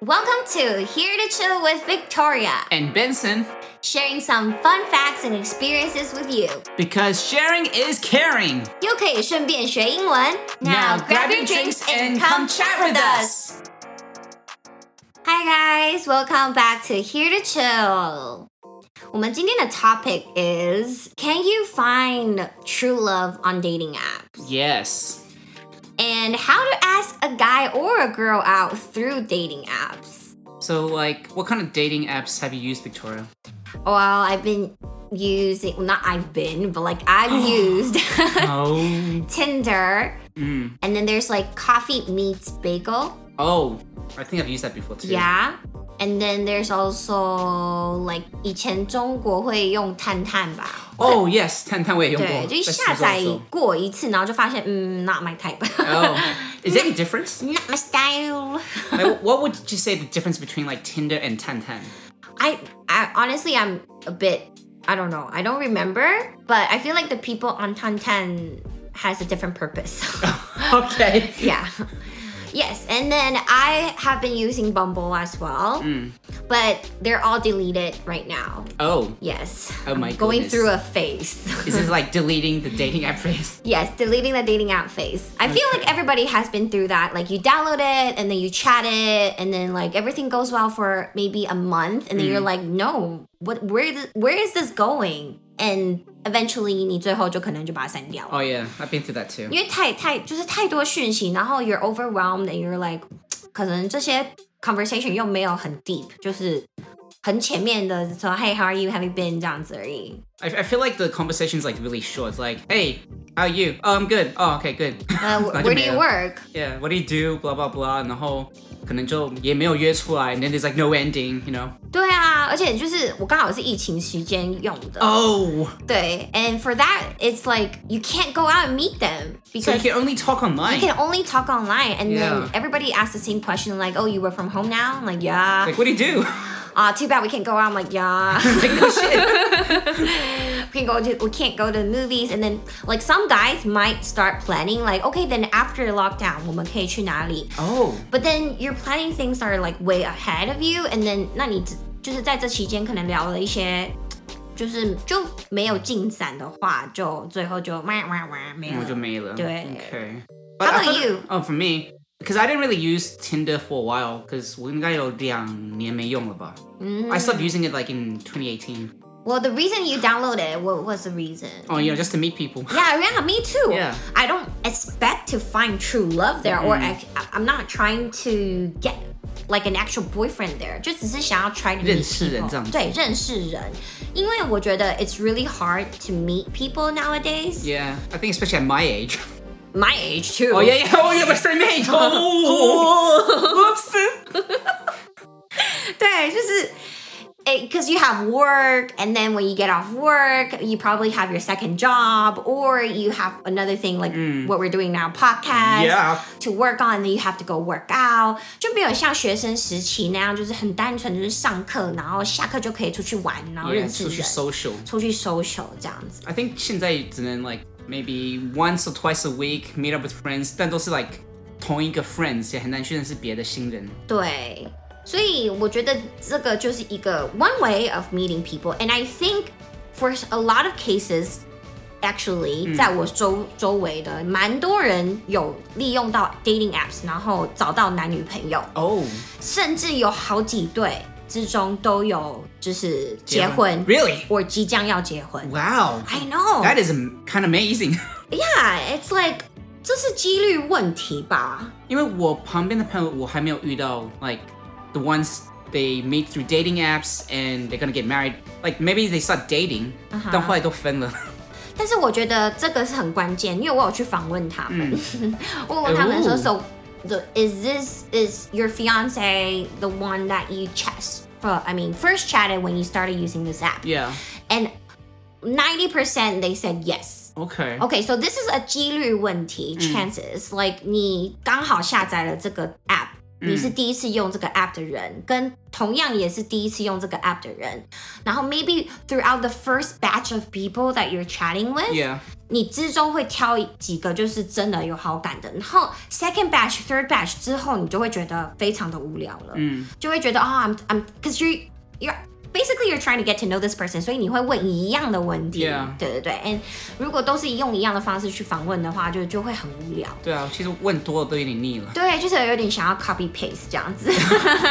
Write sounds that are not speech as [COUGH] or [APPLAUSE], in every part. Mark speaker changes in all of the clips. Speaker 1: Welcome to Here to Chill with Victoria,
Speaker 2: and Benson
Speaker 1: sharing some fun facts and experiences with you.
Speaker 2: because sharing is caring.
Speaker 1: 又可以顺便学英文。
Speaker 2: Now grab your drinks and come chat with us.
Speaker 1: Hi guys, welcome back to Here to Chill. 我们今天的 topic is Can you find true love on dating app?
Speaker 2: Yes.
Speaker 1: And how to ask a guy or a girl out through dating apps.
Speaker 2: So, like, what kind of dating apps have you used, Victoria?
Speaker 1: Well, I've been using, well, not I've been, but like I've
Speaker 2: [LAUGHS]
Speaker 1: used
Speaker 2: [LAUGHS] Oh.
Speaker 1: Tinder.
Speaker 2: Mm.
Speaker 1: And then there's like Coffee Meets Bagel.
Speaker 2: Oh, I think I've used that before too.
Speaker 1: Yeah. And then there's also like 以前中国会用探探吧，
Speaker 2: Oh yes, [LAUGHS] 探探我也用过。
Speaker 1: 对，就
Speaker 2: 在
Speaker 1: 下载
Speaker 2: 十周的时候。
Speaker 1: 过一次，然后就发现，嗯，not my type，not [LAUGHS]
Speaker 2: [LAUGHS] Oh, is there any difference?
Speaker 1: my style。
Speaker 2: [LAUGHS] like, what would you say the difference between like Tinder and Tantan?
Speaker 1: I, I honestly, I'm a bit, I don't know, I don't remember, but I feel like the people on Tantan has a different purpose.
Speaker 2: [LAUGHS]
Speaker 1: [LAUGHS]
Speaker 2: Okay.
Speaker 1: yeah. Yes, and then I have been using Bumble as well,
Speaker 2: Mm.
Speaker 1: but they're all deleted right now.
Speaker 2: Oh,
Speaker 1: Yes.
Speaker 2: Oh my
Speaker 1: I'm Going
Speaker 2: goodness.
Speaker 1: through a phase.
Speaker 2: is this like deleting the dating app phase?
Speaker 1: [LAUGHS] yes, deleting the dating app phase. I feel like everybody has been through that. Like you download it and then you chat it and then like everything goes well for maybe a month and then you're
Speaker 2: Mm.
Speaker 1: like, no, what where is where is this going? And eventually 你最后就可能就把它删掉了。
Speaker 2: Oh yeah, I've been through that too.
Speaker 1: 因为太太就是太多讯息，然后 you're overwhelmed and you're like，可能这些 conversation 又没有很 deep，就是很前面的说 Hey how are you have you been 这样子而已。
Speaker 2: I, I feel like the conversation's like really short. It's like, hey, how are you? Oh, I'm good. Oh, okay, good.
Speaker 1: 呃、
Speaker 2: [LAUGHS] Like a
Speaker 1: Uh, where do you
Speaker 2: man.
Speaker 1: work？
Speaker 2: Yeah, what do you do? Blah blah blah. 然后可能就也没有约出来，and then there's like no ending, you know?
Speaker 1: 对啊，而且就是我刚好是疫情期间用的
Speaker 2: Oh,
Speaker 1: 对。And for that it's like you can't go out and meet them
Speaker 2: so
Speaker 1: because
Speaker 2: you can only talk
Speaker 1: you
Speaker 2: online.
Speaker 1: can only talk online, and
Speaker 2: Yeah.
Speaker 1: then everybody asks the same question like, "Oh, you work from home now?" I'm like, yeah.
Speaker 2: [LAUGHS] Like, what do you do? [LAUGHS]
Speaker 1: Ah, too bad we can't go out. I'm like, yeah.
Speaker 2: like,
Speaker 1: [LAUGHS]
Speaker 2: no shit.
Speaker 1: we can go to we can't go to the movies and then like some guys might start planning like okay then after lockdown 我们可以去哪里
Speaker 2: Oh,
Speaker 1: but then your planning things are like way ahead of you and then 那你只就是在这期间可能聊了一些，就是就没有进展的话，就最后就哇哇哇没有。
Speaker 2: 我就没了。
Speaker 1: 对。
Speaker 2: Okay.
Speaker 1: How
Speaker 2: I
Speaker 1: about
Speaker 2: thought-
Speaker 1: you?
Speaker 2: Oh, for me, because I didn't really use Tinder for a while, because 我应该有两年没用了吧。I
Speaker 1: Mm.
Speaker 2: stopped using it like in 2018.
Speaker 1: Well, the reason you downloaded it, what was the reason?
Speaker 2: Oh, you know, just to meet people. [LAUGHS]
Speaker 1: Yeah, yeah, me too.
Speaker 2: Yeah.
Speaker 1: I don't expect to find true love there, or I, I'm not trying to get like an actual boyfriend there. 就只是想要 try to meet
Speaker 2: 认识人这样子。
Speaker 1: 对认识人，因为我觉得 it's really hard to meet people nowadays.
Speaker 2: Yeah, I think especially at my age. [LAUGHS]
Speaker 1: My age too.
Speaker 2: Oh yeah, yeah, [LAUGHS] oh yeah, we're same age. Oh, whoops.
Speaker 1: 对，就是。Because you have work, and then when you get off work, you probably have your second job, or you have another thing like what we're doing now, podcast
Speaker 2: Yeah.
Speaker 1: to work on. Then you have to go work out. 就没有像学生时期那样，就是很单纯，就是上课，然后下课就可以出去玩，然后
Speaker 2: Oh, Yeah,
Speaker 1: 认识人
Speaker 2: social social.
Speaker 1: 出去 social 这样子。
Speaker 2: I think 现在只能 like maybe once or twice a week meet up with friends, 但都是 like 同一个 friends，也很难去认识别的新人。
Speaker 1: 对，所以我觉得这个就是一个 one way of meeting people, and I think for a lot of cases. Actually，、在
Speaker 2: 嗯
Speaker 1: 我周周围的蛮多人有利用到 dating apps，然后找到男女朋友，
Speaker 2: Oh,
Speaker 1: 甚至有好几对之中都有就是结婚
Speaker 2: Really?
Speaker 1: 我即将要结婚。
Speaker 2: Wow.
Speaker 1: I know.
Speaker 2: That is kind of amazing.
Speaker 1: Yeah, it's like 这是几率问题吧？
Speaker 2: 因为我旁边的朋友，我还没有遇到 like the ones they meet through dating apps and they're gonna get married. Like maybe they start dating, 但后来都分了。 [LAUGHS]
Speaker 1: 但是我觉得这个是很关键，因为我有去访问他们， [LAUGHS] 我问他们说、
Speaker 2: 哦
Speaker 1: s o the, is this is your fiance the one that you chess for? I mean, first chatted when you started using this app,
Speaker 2: Yeah.
Speaker 1: and ninety percent they said yes.
Speaker 2: Okay.
Speaker 1: Okay, so this is a 几率问题，chances、like 你刚好下载了这个 app，、你是第一次用这个 app 的人，跟同样也是第一次用这个 app 的人，然后 maybe throughout the first batch of people that you're chatting with，
Speaker 2: Yeah.
Speaker 1: 你之中会挑几个就是真的有好感的，然后 second batch、third batch 之后，你就会觉得非常的无聊了，嗯，就会觉得啊、i m I'm because you you basically you're trying to get to know this person，所以你会问一样的问题
Speaker 2: Yeah.
Speaker 1: 对对对，and 如果都是用一样的方式去访问的话，就就会很无聊。
Speaker 2: 对啊，其实问多了都有点腻了。
Speaker 1: 对，就是有点想要 copy paste 这样子， [LAUGHS]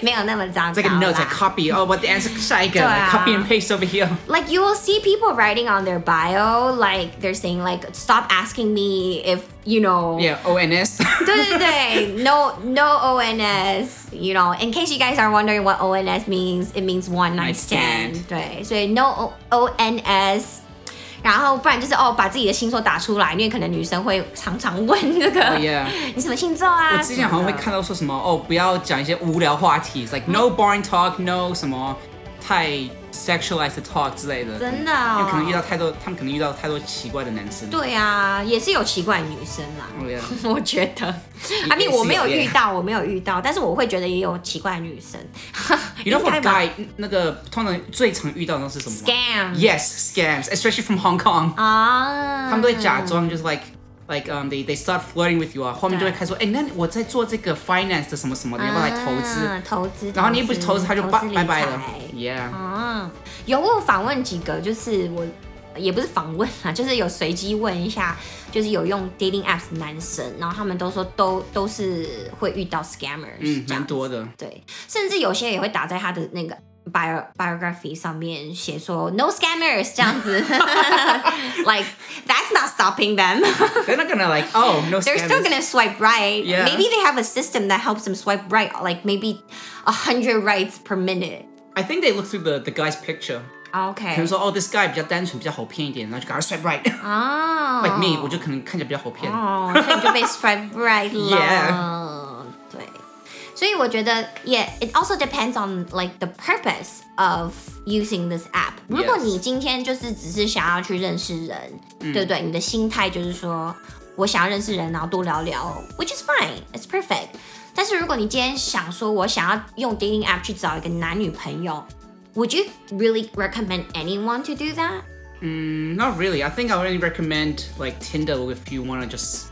Speaker 1: 没有那么糟糕啦。
Speaker 2: 这个 note 再 copy，哦，我的 answer 下一个
Speaker 1: 对啊
Speaker 2: copy and paste over here。
Speaker 1: like you will see people writing on their bio, like they're saying like stop asking me if you know.
Speaker 2: Yeah, ONS。
Speaker 1: 对对对 no no ONS. You know, in case you guys are wondering what ONS means, it means one night
Speaker 2: Night
Speaker 1: stand.
Speaker 2: stand.
Speaker 1: 对，所以 no O- ONS。然后不然就是哦，把自己的星座打出来，因为可能女生会常常问这个
Speaker 2: 哦 yeah
Speaker 1: [LAUGHS] 你什么星座啊？
Speaker 2: [LAUGHS] 我之前好像会看到说什么哦，不要讲一些无聊话题，like no boring talk，no 什么太 sexualized talk 之类的。
Speaker 1: 真的
Speaker 2: 因
Speaker 1: 哦
Speaker 2: 为可能遇到太多，他们可能遇到太多奇怪的男 [LAUGHS] 生。
Speaker 1: 对啊，也是有奇怪的女生啦。 [LAUGHS]
Speaker 2: 对啊
Speaker 1: 我觉
Speaker 2: [LAUGHS]
Speaker 1: 得
Speaker 2: 也
Speaker 1: ，I mean
Speaker 2: 也是
Speaker 1: 我没有
Speaker 2: 有耶
Speaker 1: 遇到，我没有遇到，但是我会觉得也有奇怪的女生。[LAUGHS]
Speaker 2: You know
Speaker 1: 应
Speaker 2: for
Speaker 1: 该吧
Speaker 2: guy，那个通常最常遇到的是什么吗
Speaker 1: Scam
Speaker 2: Yes, scams, especially from Hong Kong。
Speaker 1: 啊，
Speaker 2: 他们都会假装就是 like like um they they start flirting with you 啊，后面就
Speaker 1: 对
Speaker 2: 会开始说，哎、那我在做这个 finance 的什么什么，你要不要来投资？
Speaker 1: 啊投资，
Speaker 2: 然后你一不投资，他就拜
Speaker 1: 理
Speaker 2: 拜拜了嗯
Speaker 1: 财。
Speaker 2: Yeah，、
Speaker 1: 啊，有我有访问几个，就是我也不是访问啊，就是有随机问一下，就是有用 dating apps 的男生，然后他们都说都都是会遇到 scammers，
Speaker 2: 嗯，
Speaker 1: 这样
Speaker 2: 蛮
Speaker 1: 子
Speaker 2: 多的。
Speaker 1: 对，甚至有些也会打在他的那个 bio biography 上面写说 no scammers 这样子
Speaker 2: [LAUGHS]
Speaker 1: [LAUGHS] ，like that's not stopping them.
Speaker 2: They're not gonna like oh no
Speaker 1: They're still
Speaker 2: scams.
Speaker 1: gonna swipe right.
Speaker 2: Yeah.
Speaker 1: Maybe they have a system that helps them swipe right, like maybe a hundred rights per minute.
Speaker 2: I think they look through the the guy's picture，
Speaker 1: OK，
Speaker 2: 可能说哦 this guy 比较单纯，比较好骗一点，然后就赶快 swipe right。 [LAUGHS]
Speaker 1: 哦
Speaker 2: like me，我就可能看起来比较好骗。
Speaker 1: 哦，所以你就被 swipe right 了。对，所以我觉得，yeah，it also depends on like the purpose of using this app。如果你今天就是只是想要去认识人，对不对？你的心态就是说我想要认识人，然后多聊聊，which is fine，it's perfect。但是如果你今天想说我想要用 dating app 去找一个男女朋友，Would you really recommend anyone to do that？
Speaker 2: 嗯 Not really. I think I would only recommend like Tinder if you wanna just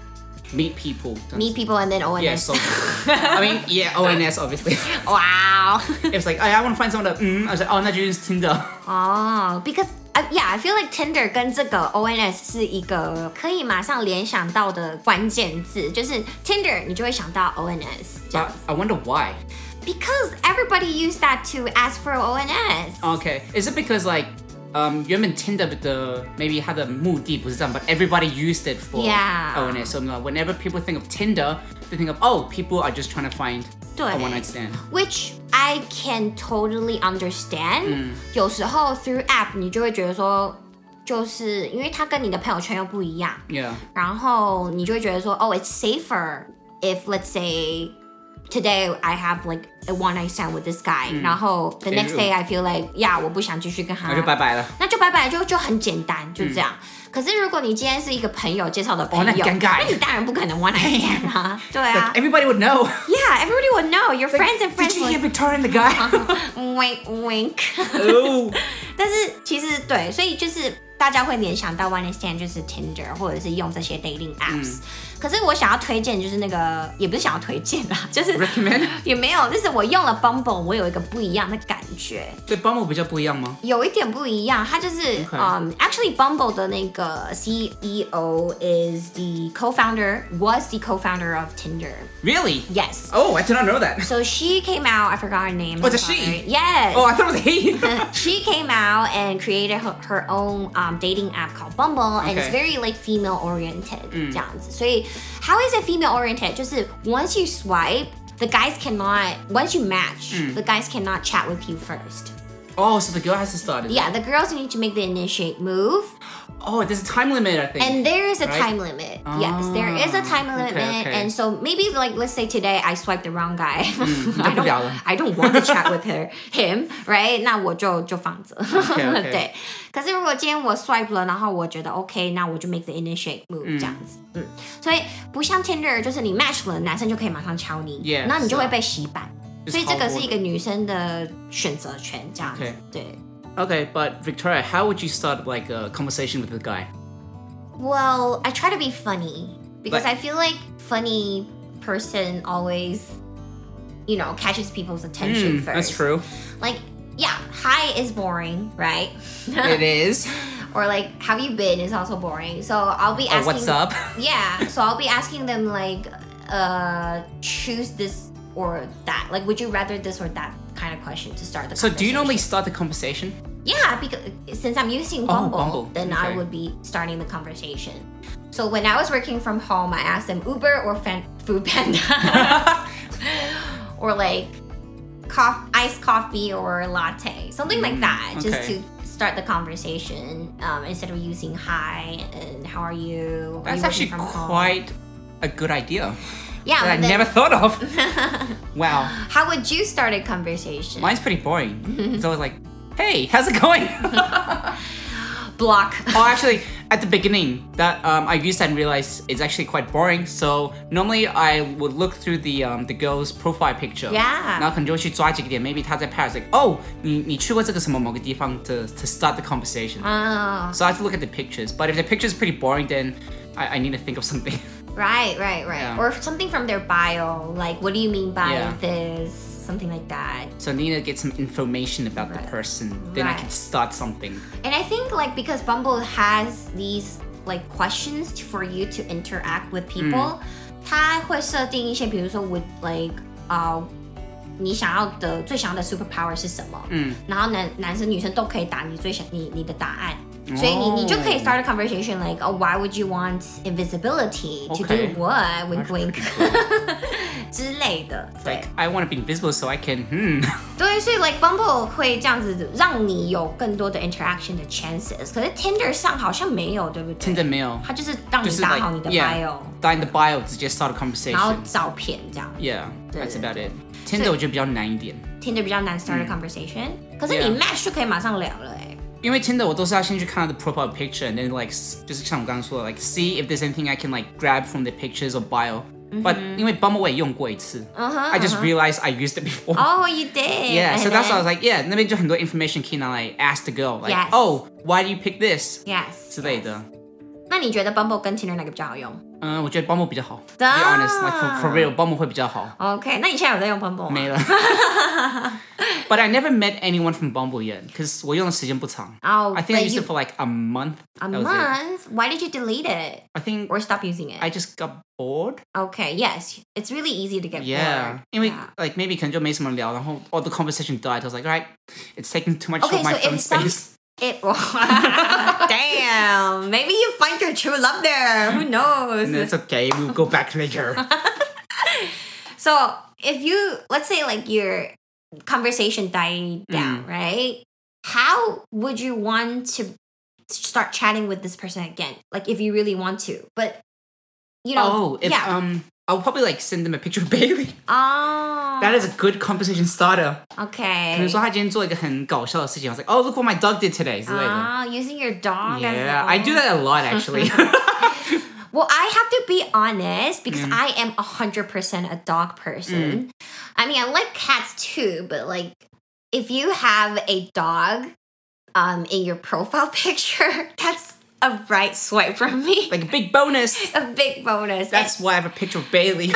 Speaker 2: meet people.
Speaker 1: Meet people and then
Speaker 2: Yeah,
Speaker 1: ONS.
Speaker 2: so
Speaker 1: [LAUGHS]
Speaker 2: I mean yeah, ONS obviously.
Speaker 1: 哇、哦。
Speaker 2: It's like I, I want to find someone that mm, I was like, oh, not use Tinder.
Speaker 1: 哦、b e c a u s e yeah, I feel like Tinder 跟这个 ONS 是一个可以马上联想到的关键字，就是 Tinder 你就会想到 ONS 这样
Speaker 2: But I wonder why.
Speaker 1: because everybody used that to ask for ONS.
Speaker 2: Okay, is it because like um 原本 Tinder 的 maybe 它的目的不是这样, but everybody used it for
Speaker 1: Yeah.
Speaker 2: ONS. So like, whenever people think of Tinder, they think of oh people are just trying to find
Speaker 1: Right.
Speaker 2: a one night stand.
Speaker 1: Which I can totally understand、有时候 through app 你就会觉得说，就是因为它跟你的朋友圈又不一样，
Speaker 2: Yeah.
Speaker 1: 然后你就会觉得说，哦、i t s safer if let's say today I have like a one night stand with this guy，、然后 the
Speaker 2: 哎
Speaker 1: next
Speaker 2: 呦
Speaker 1: day I feel like yeah，我不想继续跟他，
Speaker 2: 我就拜拜了。
Speaker 1: 那就拜拜，就就很简单，就这样。可是如果你今天是一个朋友介绍的朋
Speaker 2: 哦
Speaker 1: 友，
Speaker 2: 那尴尬
Speaker 1: 那你当然不可能 one night stand 啊，对啊
Speaker 2: Like, everybody would know.
Speaker 1: ，yeah，everybody would know your friends and
Speaker 2: [LAUGHS] Did
Speaker 1: friends
Speaker 2: you hear
Speaker 1: would Uh-huh.
Speaker 2: Victoria and the guy?
Speaker 1: [LAUGHS] wink wink。
Speaker 2: [LAUGHS] oh.
Speaker 1: 但是其实对，所以就是大家会联想到 One Night Stand 就是 Tinder 或者是用这些 dating
Speaker 2: 嗯
Speaker 1: apps、可是我想要推荐就是那个，也不是想要推荐啦， [LAUGHS] 就是
Speaker 2: Recommend？
Speaker 1: 也没有，就是我用了 Bumble，我有一个不一样的感觉，
Speaker 2: 对，Bumble比较不一样吗？
Speaker 1: 有一点不一样。它就是
Speaker 2: OK
Speaker 1: 嗯 a c t u a l l y Bumble 的那个 CEO is the co-founder was the co-founder of Tinder。
Speaker 2: Really?
Speaker 1: Yes.
Speaker 2: Oh, I did not know that. [LAUGHS]
Speaker 1: So she came out. I forgot her name.
Speaker 2: Was Oh, it
Speaker 1: I'm sorry.
Speaker 2: she?
Speaker 1: Yes.
Speaker 2: Oh, I thought it was he. [LAUGHS]
Speaker 1: [LAUGHS] she came out and created her, her own um, dating app called Bumble, and it's
Speaker 2: Okay.
Speaker 1: very like female oriented. 这样子。所以 how is it female oriented? Just once you swipe, the guys cannot. Once you match, the guys cannot chat with you first.
Speaker 2: oh, so the girl has to start it.
Speaker 1: Yeah, the girls need to make the initiate move,
Speaker 2: Oh, there's a time limit, I think.
Speaker 1: and there is a
Speaker 2: Right?
Speaker 1: time limit. yes, there is a time
Speaker 2: Ah,
Speaker 1: limit,
Speaker 2: okay, okay.
Speaker 1: and so maybe like let's say today I swiped the wrong guy.
Speaker 2: Mm,
Speaker 1: [LAUGHS] I
Speaker 2: 你就不聊了。
Speaker 1: don't I don't want to chat with her him right? 那我就就放着。
Speaker 2: okay.
Speaker 1: [LAUGHS] 对。可是如
Speaker 2: Mm.
Speaker 1: 果今天我 swipe 了，然后我觉得 OK，那我就 make the initiate move、这样子。嗯，所以不不像 Tinder，就是你 match 了，男生就可以马上敲你
Speaker 2: Yeah，
Speaker 1: 那你就会
Speaker 2: 是啊
Speaker 1: 被洗版。
Speaker 2: Just
Speaker 1: 所以这个是
Speaker 2: cardboard.
Speaker 1: 一个女生的选择权，这样子。
Speaker 2: Okay
Speaker 1: 对
Speaker 2: Okay, but Victoria, how would you start like a conversation with a guy?
Speaker 1: ，Well, I try to be funny because
Speaker 2: But-
Speaker 1: I feel like funny person always, you know, catches people's attention
Speaker 2: Hmm,
Speaker 1: first.
Speaker 2: that's true.
Speaker 1: Like, yeah, hi is boring, right?
Speaker 2: [LAUGHS] it is.
Speaker 1: or like, have you been is also boring. So I'll be
Speaker 2: Or
Speaker 1: asking.
Speaker 2: what's up?
Speaker 1: Yeah, so I'll be asking them like, uh, choose this or that. Like, would you rather this or that kind of question to start the.
Speaker 2: [LAUGHS] So do you
Speaker 1: conversation.
Speaker 2: normally start the conversation?
Speaker 1: Yeah, because since I'm using
Speaker 2: Oh,
Speaker 1: Bumble,
Speaker 2: Bumble.
Speaker 1: then
Speaker 2: Okay.
Speaker 1: I would be starting the conversation. So when I was working from home, I asked them Uber or fan- Food
Speaker 2: [LAUGHS]
Speaker 1: Panda, or like cof- iced coffee or latte, something like that, just
Speaker 2: Mm, okay.
Speaker 1: to start the conversation um, instead of using hi and how are you. Are
Speaker 2: That's
Speaker 1: you working
Speaker 2: actually
Speaker 1: from home?"
Speaker 2: quite a good idea
Speaker 1: Yeah,
Speaker 2: that I
Speaker 1: but then-
Speaker 2: never thought of. Wow.
Speaker 1: [LAUGHS] How would you start a conversation?
Speaker 2: Mine's pretty
Speaker 1: [LAUGHS]
Speaker 2: boring. it's always like, hey, how's it going? [LAUGHS]
Speaker 1: Block.
Speaker 2: oh, actually, at the beginning, that um, I used that and realized it's actually quite boring. So normally I would look through the um, the girl's profile picture.
Speaker 1: Yeah.
Speaker 2: 然后可能就会去抓几个点 maybe 她在 Paris like oh 你你去过这个什么某个地方 to to start the conversation.
Speaker 1: [LAUGHS] Oh,
Speaker 2: So I have to look at the pictures. But if the picture's pretty boring, then I, I need to think of something. [LAUGHS]
Speaker 1: right, right, right.
Speaker 2: Yeah.
Speaker 1: Or something from their bio, like what do you mean by
Speaker 2: Yeah.
Speaker 1: this? Something like that.
Speaker 2: So I need to get some information about the person. Then I
Speaker 1: Right.
Speaker 2: can start something.
Speaker 1: And I think like because Bumble has these like questions for you to interact with
Speaker 2: Mm.
Speaker 1: people, 它会设定一些，比如说 would like 啊、uh,。你想要的最想要的 superpower 是什么？嗯，然后男男生女生都可以打你最想你你的答案，所以你你就可以 start a conversation like oh why would you want invisibility to
Speaker 2: Okay.
Speaker 1: do what wink wink
Speaker 2: That's pretty cool.
Speaker 1: [LAUGHS] 之类的，对。
Speaker 2: like I want to be invisible so I can hmm. [LAUGHS]
Speaker 1: 对，所以 like Bumble 会这样子让你有更多的 interaction 的 chances，可是 Tinder 上好像没有，对不对
Speaker 2: Tinder mail.
Speaker 1: 它就是让你
Speaker 2: Just
Speaker 1: 打好你
Speaker 2: like
Speaker 1: 的 bio，、
Speaker 2: yeah. Down the bio to just start a conversation.
Speaker 1: 然后照片这样。
Speaker 2: Yeah, that's
Speaker 1: yeah,
Speaker 2: about it. Tinder 我觉得比较难一点，
Speaker 1: Tinder 比较难 start a conversation，、可是
Speaker 2: Mm。 Yeah
Speaker 1: 你 match 就可以马上聊了哎、
Speaker 2: 因为 Tinder 我都是要先去看他的 profile picture and then like s- 就是像我刚刚说的 like see if there's anything I can like grab from the pictures or bio. But
Speaker 1: Mm-hmm.
Speaker 2: 因为 Bumble
Speaker 1: Uh-huh,
Speaker 2: 我也用过一次 I just realized I used it [LAUGHS] before.
Speaker 1: Oh, you did.
Speaker 2: Yeah, so
Speaker 1: And
Speaker 2: that's why I was
Speaker 1: then-
Speaker 2: like, yeah, 那边就很多 information 可以拿来 ask the girl like,
Speaker 1: Yes.
Speaker 2: oh, why do you pick this
Speaker 1: yes
Speaker 2: 之类的。
Speaker 1: 那你觉得 Bumble 跟 Tinder 哪个比较好用
Speaker 2: 嗯，我觉得 Bumble 比较好。Be
Speaker 1: 的
Speaker 2: honest, like for for real, Bumble 会比较好。
Speaker 1: [LAUGHS] ？OK，那你现在有在用 Bumble 吗
Speaker 2: 没了。But I never met anyone from Bumble yet, cause 我用的时间不长。
Speaker 1: ？Oh,
Speaker 2: I think I
Speaker 1: but
Speaker 2: used
Speaker 1: you,
Speaker 2: it for like a month.
Speaker 1: a
Speaker 2: That was it.
Speaker 1: month. Why did you delete it
Speaker 2: I think
Speaker 1: or stop using it?
Speaker 2: I just got bored.
Speaker 1: okay, yes, it's really easy to get
Speaker 2: Yeah.
Speaker 1: bored.
Speaker 2: 因为
Speaker 1: Yeah.
Speaker 2: like maybe 可能就没什么聊，然后 all the conversation died. I was like, all right, it's taking too much
Speaker 1: Okay,
Speaker 2: of my
Speaker 1: so
Speaker 2: phone
Speaker 1: if some-
Speaker 2: space. [LAUGHS]
Speaker 1: It [LAUGHS] damn. Maybe you find your true love there. Who knows?
Speaker 2: And it's okay. We'll go back later.
Speaker 1: So if you let's say like your conversation
Speaker 2: Mm.
Speaker 1: died down, right? How would you want to start chatting with this person again? Like if you really want to, but you know,
Speaker 2: oh, if
Speaker 1: yeah.
Speaker 2: um, I'll probably like send them a picture
Speaker 1: [LAUGHS]
Speaker 2: of Bailey.
Speaker 1: oh,
Speaker 2: That is a good conversation starter.
Speaker 1: okay.
Speaker 2: 可能说他今天做一个很搞笑的事情，I was like, oh, look what my dog did today 之类的。
Speaker 1: Ah, using your dog. as
Speaker 2: Yeah,
Speaker 1: the-
Speaker 2: I do that a lot actually. [LAUGHS]
Speaker 1: Well, I have to be honest because
Speaker 2: Mm.
Speaker 1: I am 100% a dog person. I mean, I like cats too, but like if you have a dog um, in your profile [LAUGHS] picture, that's a right swipe from
Speaker 2: [LAUGHS]
Speaker 1: me.
Speaker 2: like a
Speaker 1: [LAUGHS]
Speaker 2: big bonus.
Speaker 1: a big bonus.
Speaker 2: That's why I have a picture
Speaker 1: [LAUGHS]
Speaker 2: of Bailey.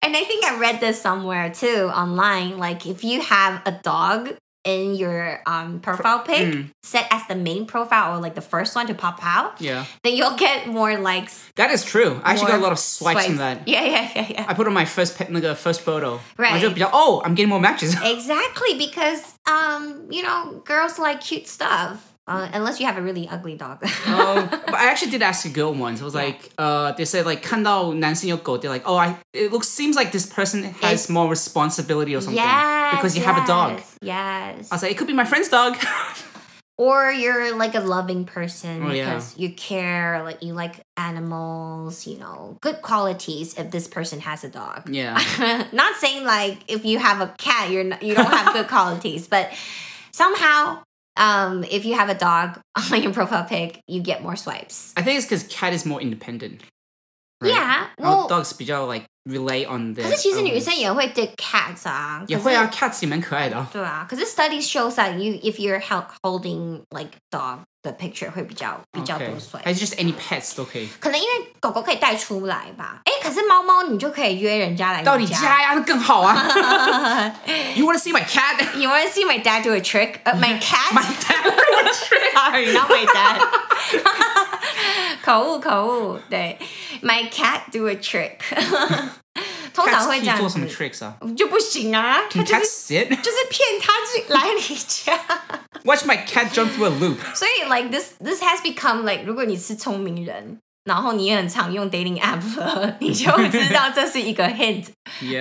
Speaker 1: and I think I read this somewhere too online. Like if you have a dog in your um, profile pic set as the main profile or like the first one to pop out,
Speaker 2: mm. yeah,
Speaker 1: then you'll get more likes.
Speaker 2: that is true. I actually got a
Speaker 1: more
Speaker 2: lot of swipes, from that.
Speaker 1: Yeah, yeah, yeah, yeah.
Speaker 2: I put on my first pe- like, uh, first photo.
Speaker 1: Right.
Speaker 2: 我就比较 oh, I'm getting more matches. [LAUGHS]
Speaker 1: Exactly, because um, you know, girls like cute stuff. Uh, unless you have a really ugly dog. [LAUGHS]
Speaker 2: um, but I actually did ask a girl once. I was like, uh, they said like 看到男生有狗, they're like, oh, I it looks seems like this person has
Speaker 1: It's-
Speaker 2: more responsibility or something
Speaker 1: yes.
Speaker 2: because you have a dog.
Speaker 1: yes, Yes.
Speaker 2: I was like, it could be my
Speaker 1: [LAUGHS]
Speaker 2: friend's dog.
Speaker 1: Or you're like a loving person
Speaker 2: Oh, yeah.
Speaker 1: because you care, like you like animals, you know, good qualities if this person has a dog.
Speaker 2: yeah.
Speaker 1: [LAUGHS] not saying like if you have a cat you're not, you don't have
Speaker 2: [LAUGHS]
Speaker 1: good qualities, but somehow um if you have a [LAUGHS] dog on your profile pic, you get more swipes.
Speaker 2: I think it's because Cat is more independent. right? Oh,
Speaker 1: Yeah，
Speaker 2: 然后
Speaker 1: well-
Speaker 2: dogs 比较 like relay on the。
Speaker 1: 可是其实女生也会 dig cats 啊，
Speaker 2: um, 也
Speaker 1: 可是
Speaker 2: 会啊，cats 也蛮可爱的啊。
Speaker 1: 对啊，可是 studies shows that you if you're hel- holding like dog the picture 会比较比较多
Speaker 2: OK，
Speaker 1: 岁
Speaker 2: 还是 just any pets 都可以。
Speaker 1: 可能因为狗狗可以带出来吧。哎，可是猫猫你就可以约人家来
Speaker 2: 到你
Speaker 1: 家。
Speaker 2: 家呀，那更好啊。you
Speaker 1: [LAUGHS]
Speaker 2: ah. wanna see my cat? [LAUGHS]
Speaker 1: You want to see my dad do a trick? Uh, my cat?
Speaker 2: My
Speaker 1: [LAUGHS]
Speaker 2: dad.
Speaker 1: Sorry, not my
Speaker 2: [LAUGHS]
Speaker 1: dad. [LAUGHS] 口误口误，对，My cat do a trick 。 [LAUGHS] 通常会这
Speaker 2: Cats 可以
Speaker 1: 样
Speaker 2: 做什么
Speaker 1: 子，
Speaker 2: tricks 啊
Speaker 1: 就不行啊，他
Speaker 2: ？Can
Speaker 1: 就
Speaker 2: cats
Speaker 1: 是
Speaker 2: sit?
Speaker 1: 就是骗他进来你家。
Speaker 2: Watch my cat jump through a loop.
Speaker 1: 所以，like this this has become like，如果你是聪明人，然后你也很常用 dating app，了 [LAUGHS] 你就会知道这是一个 hint，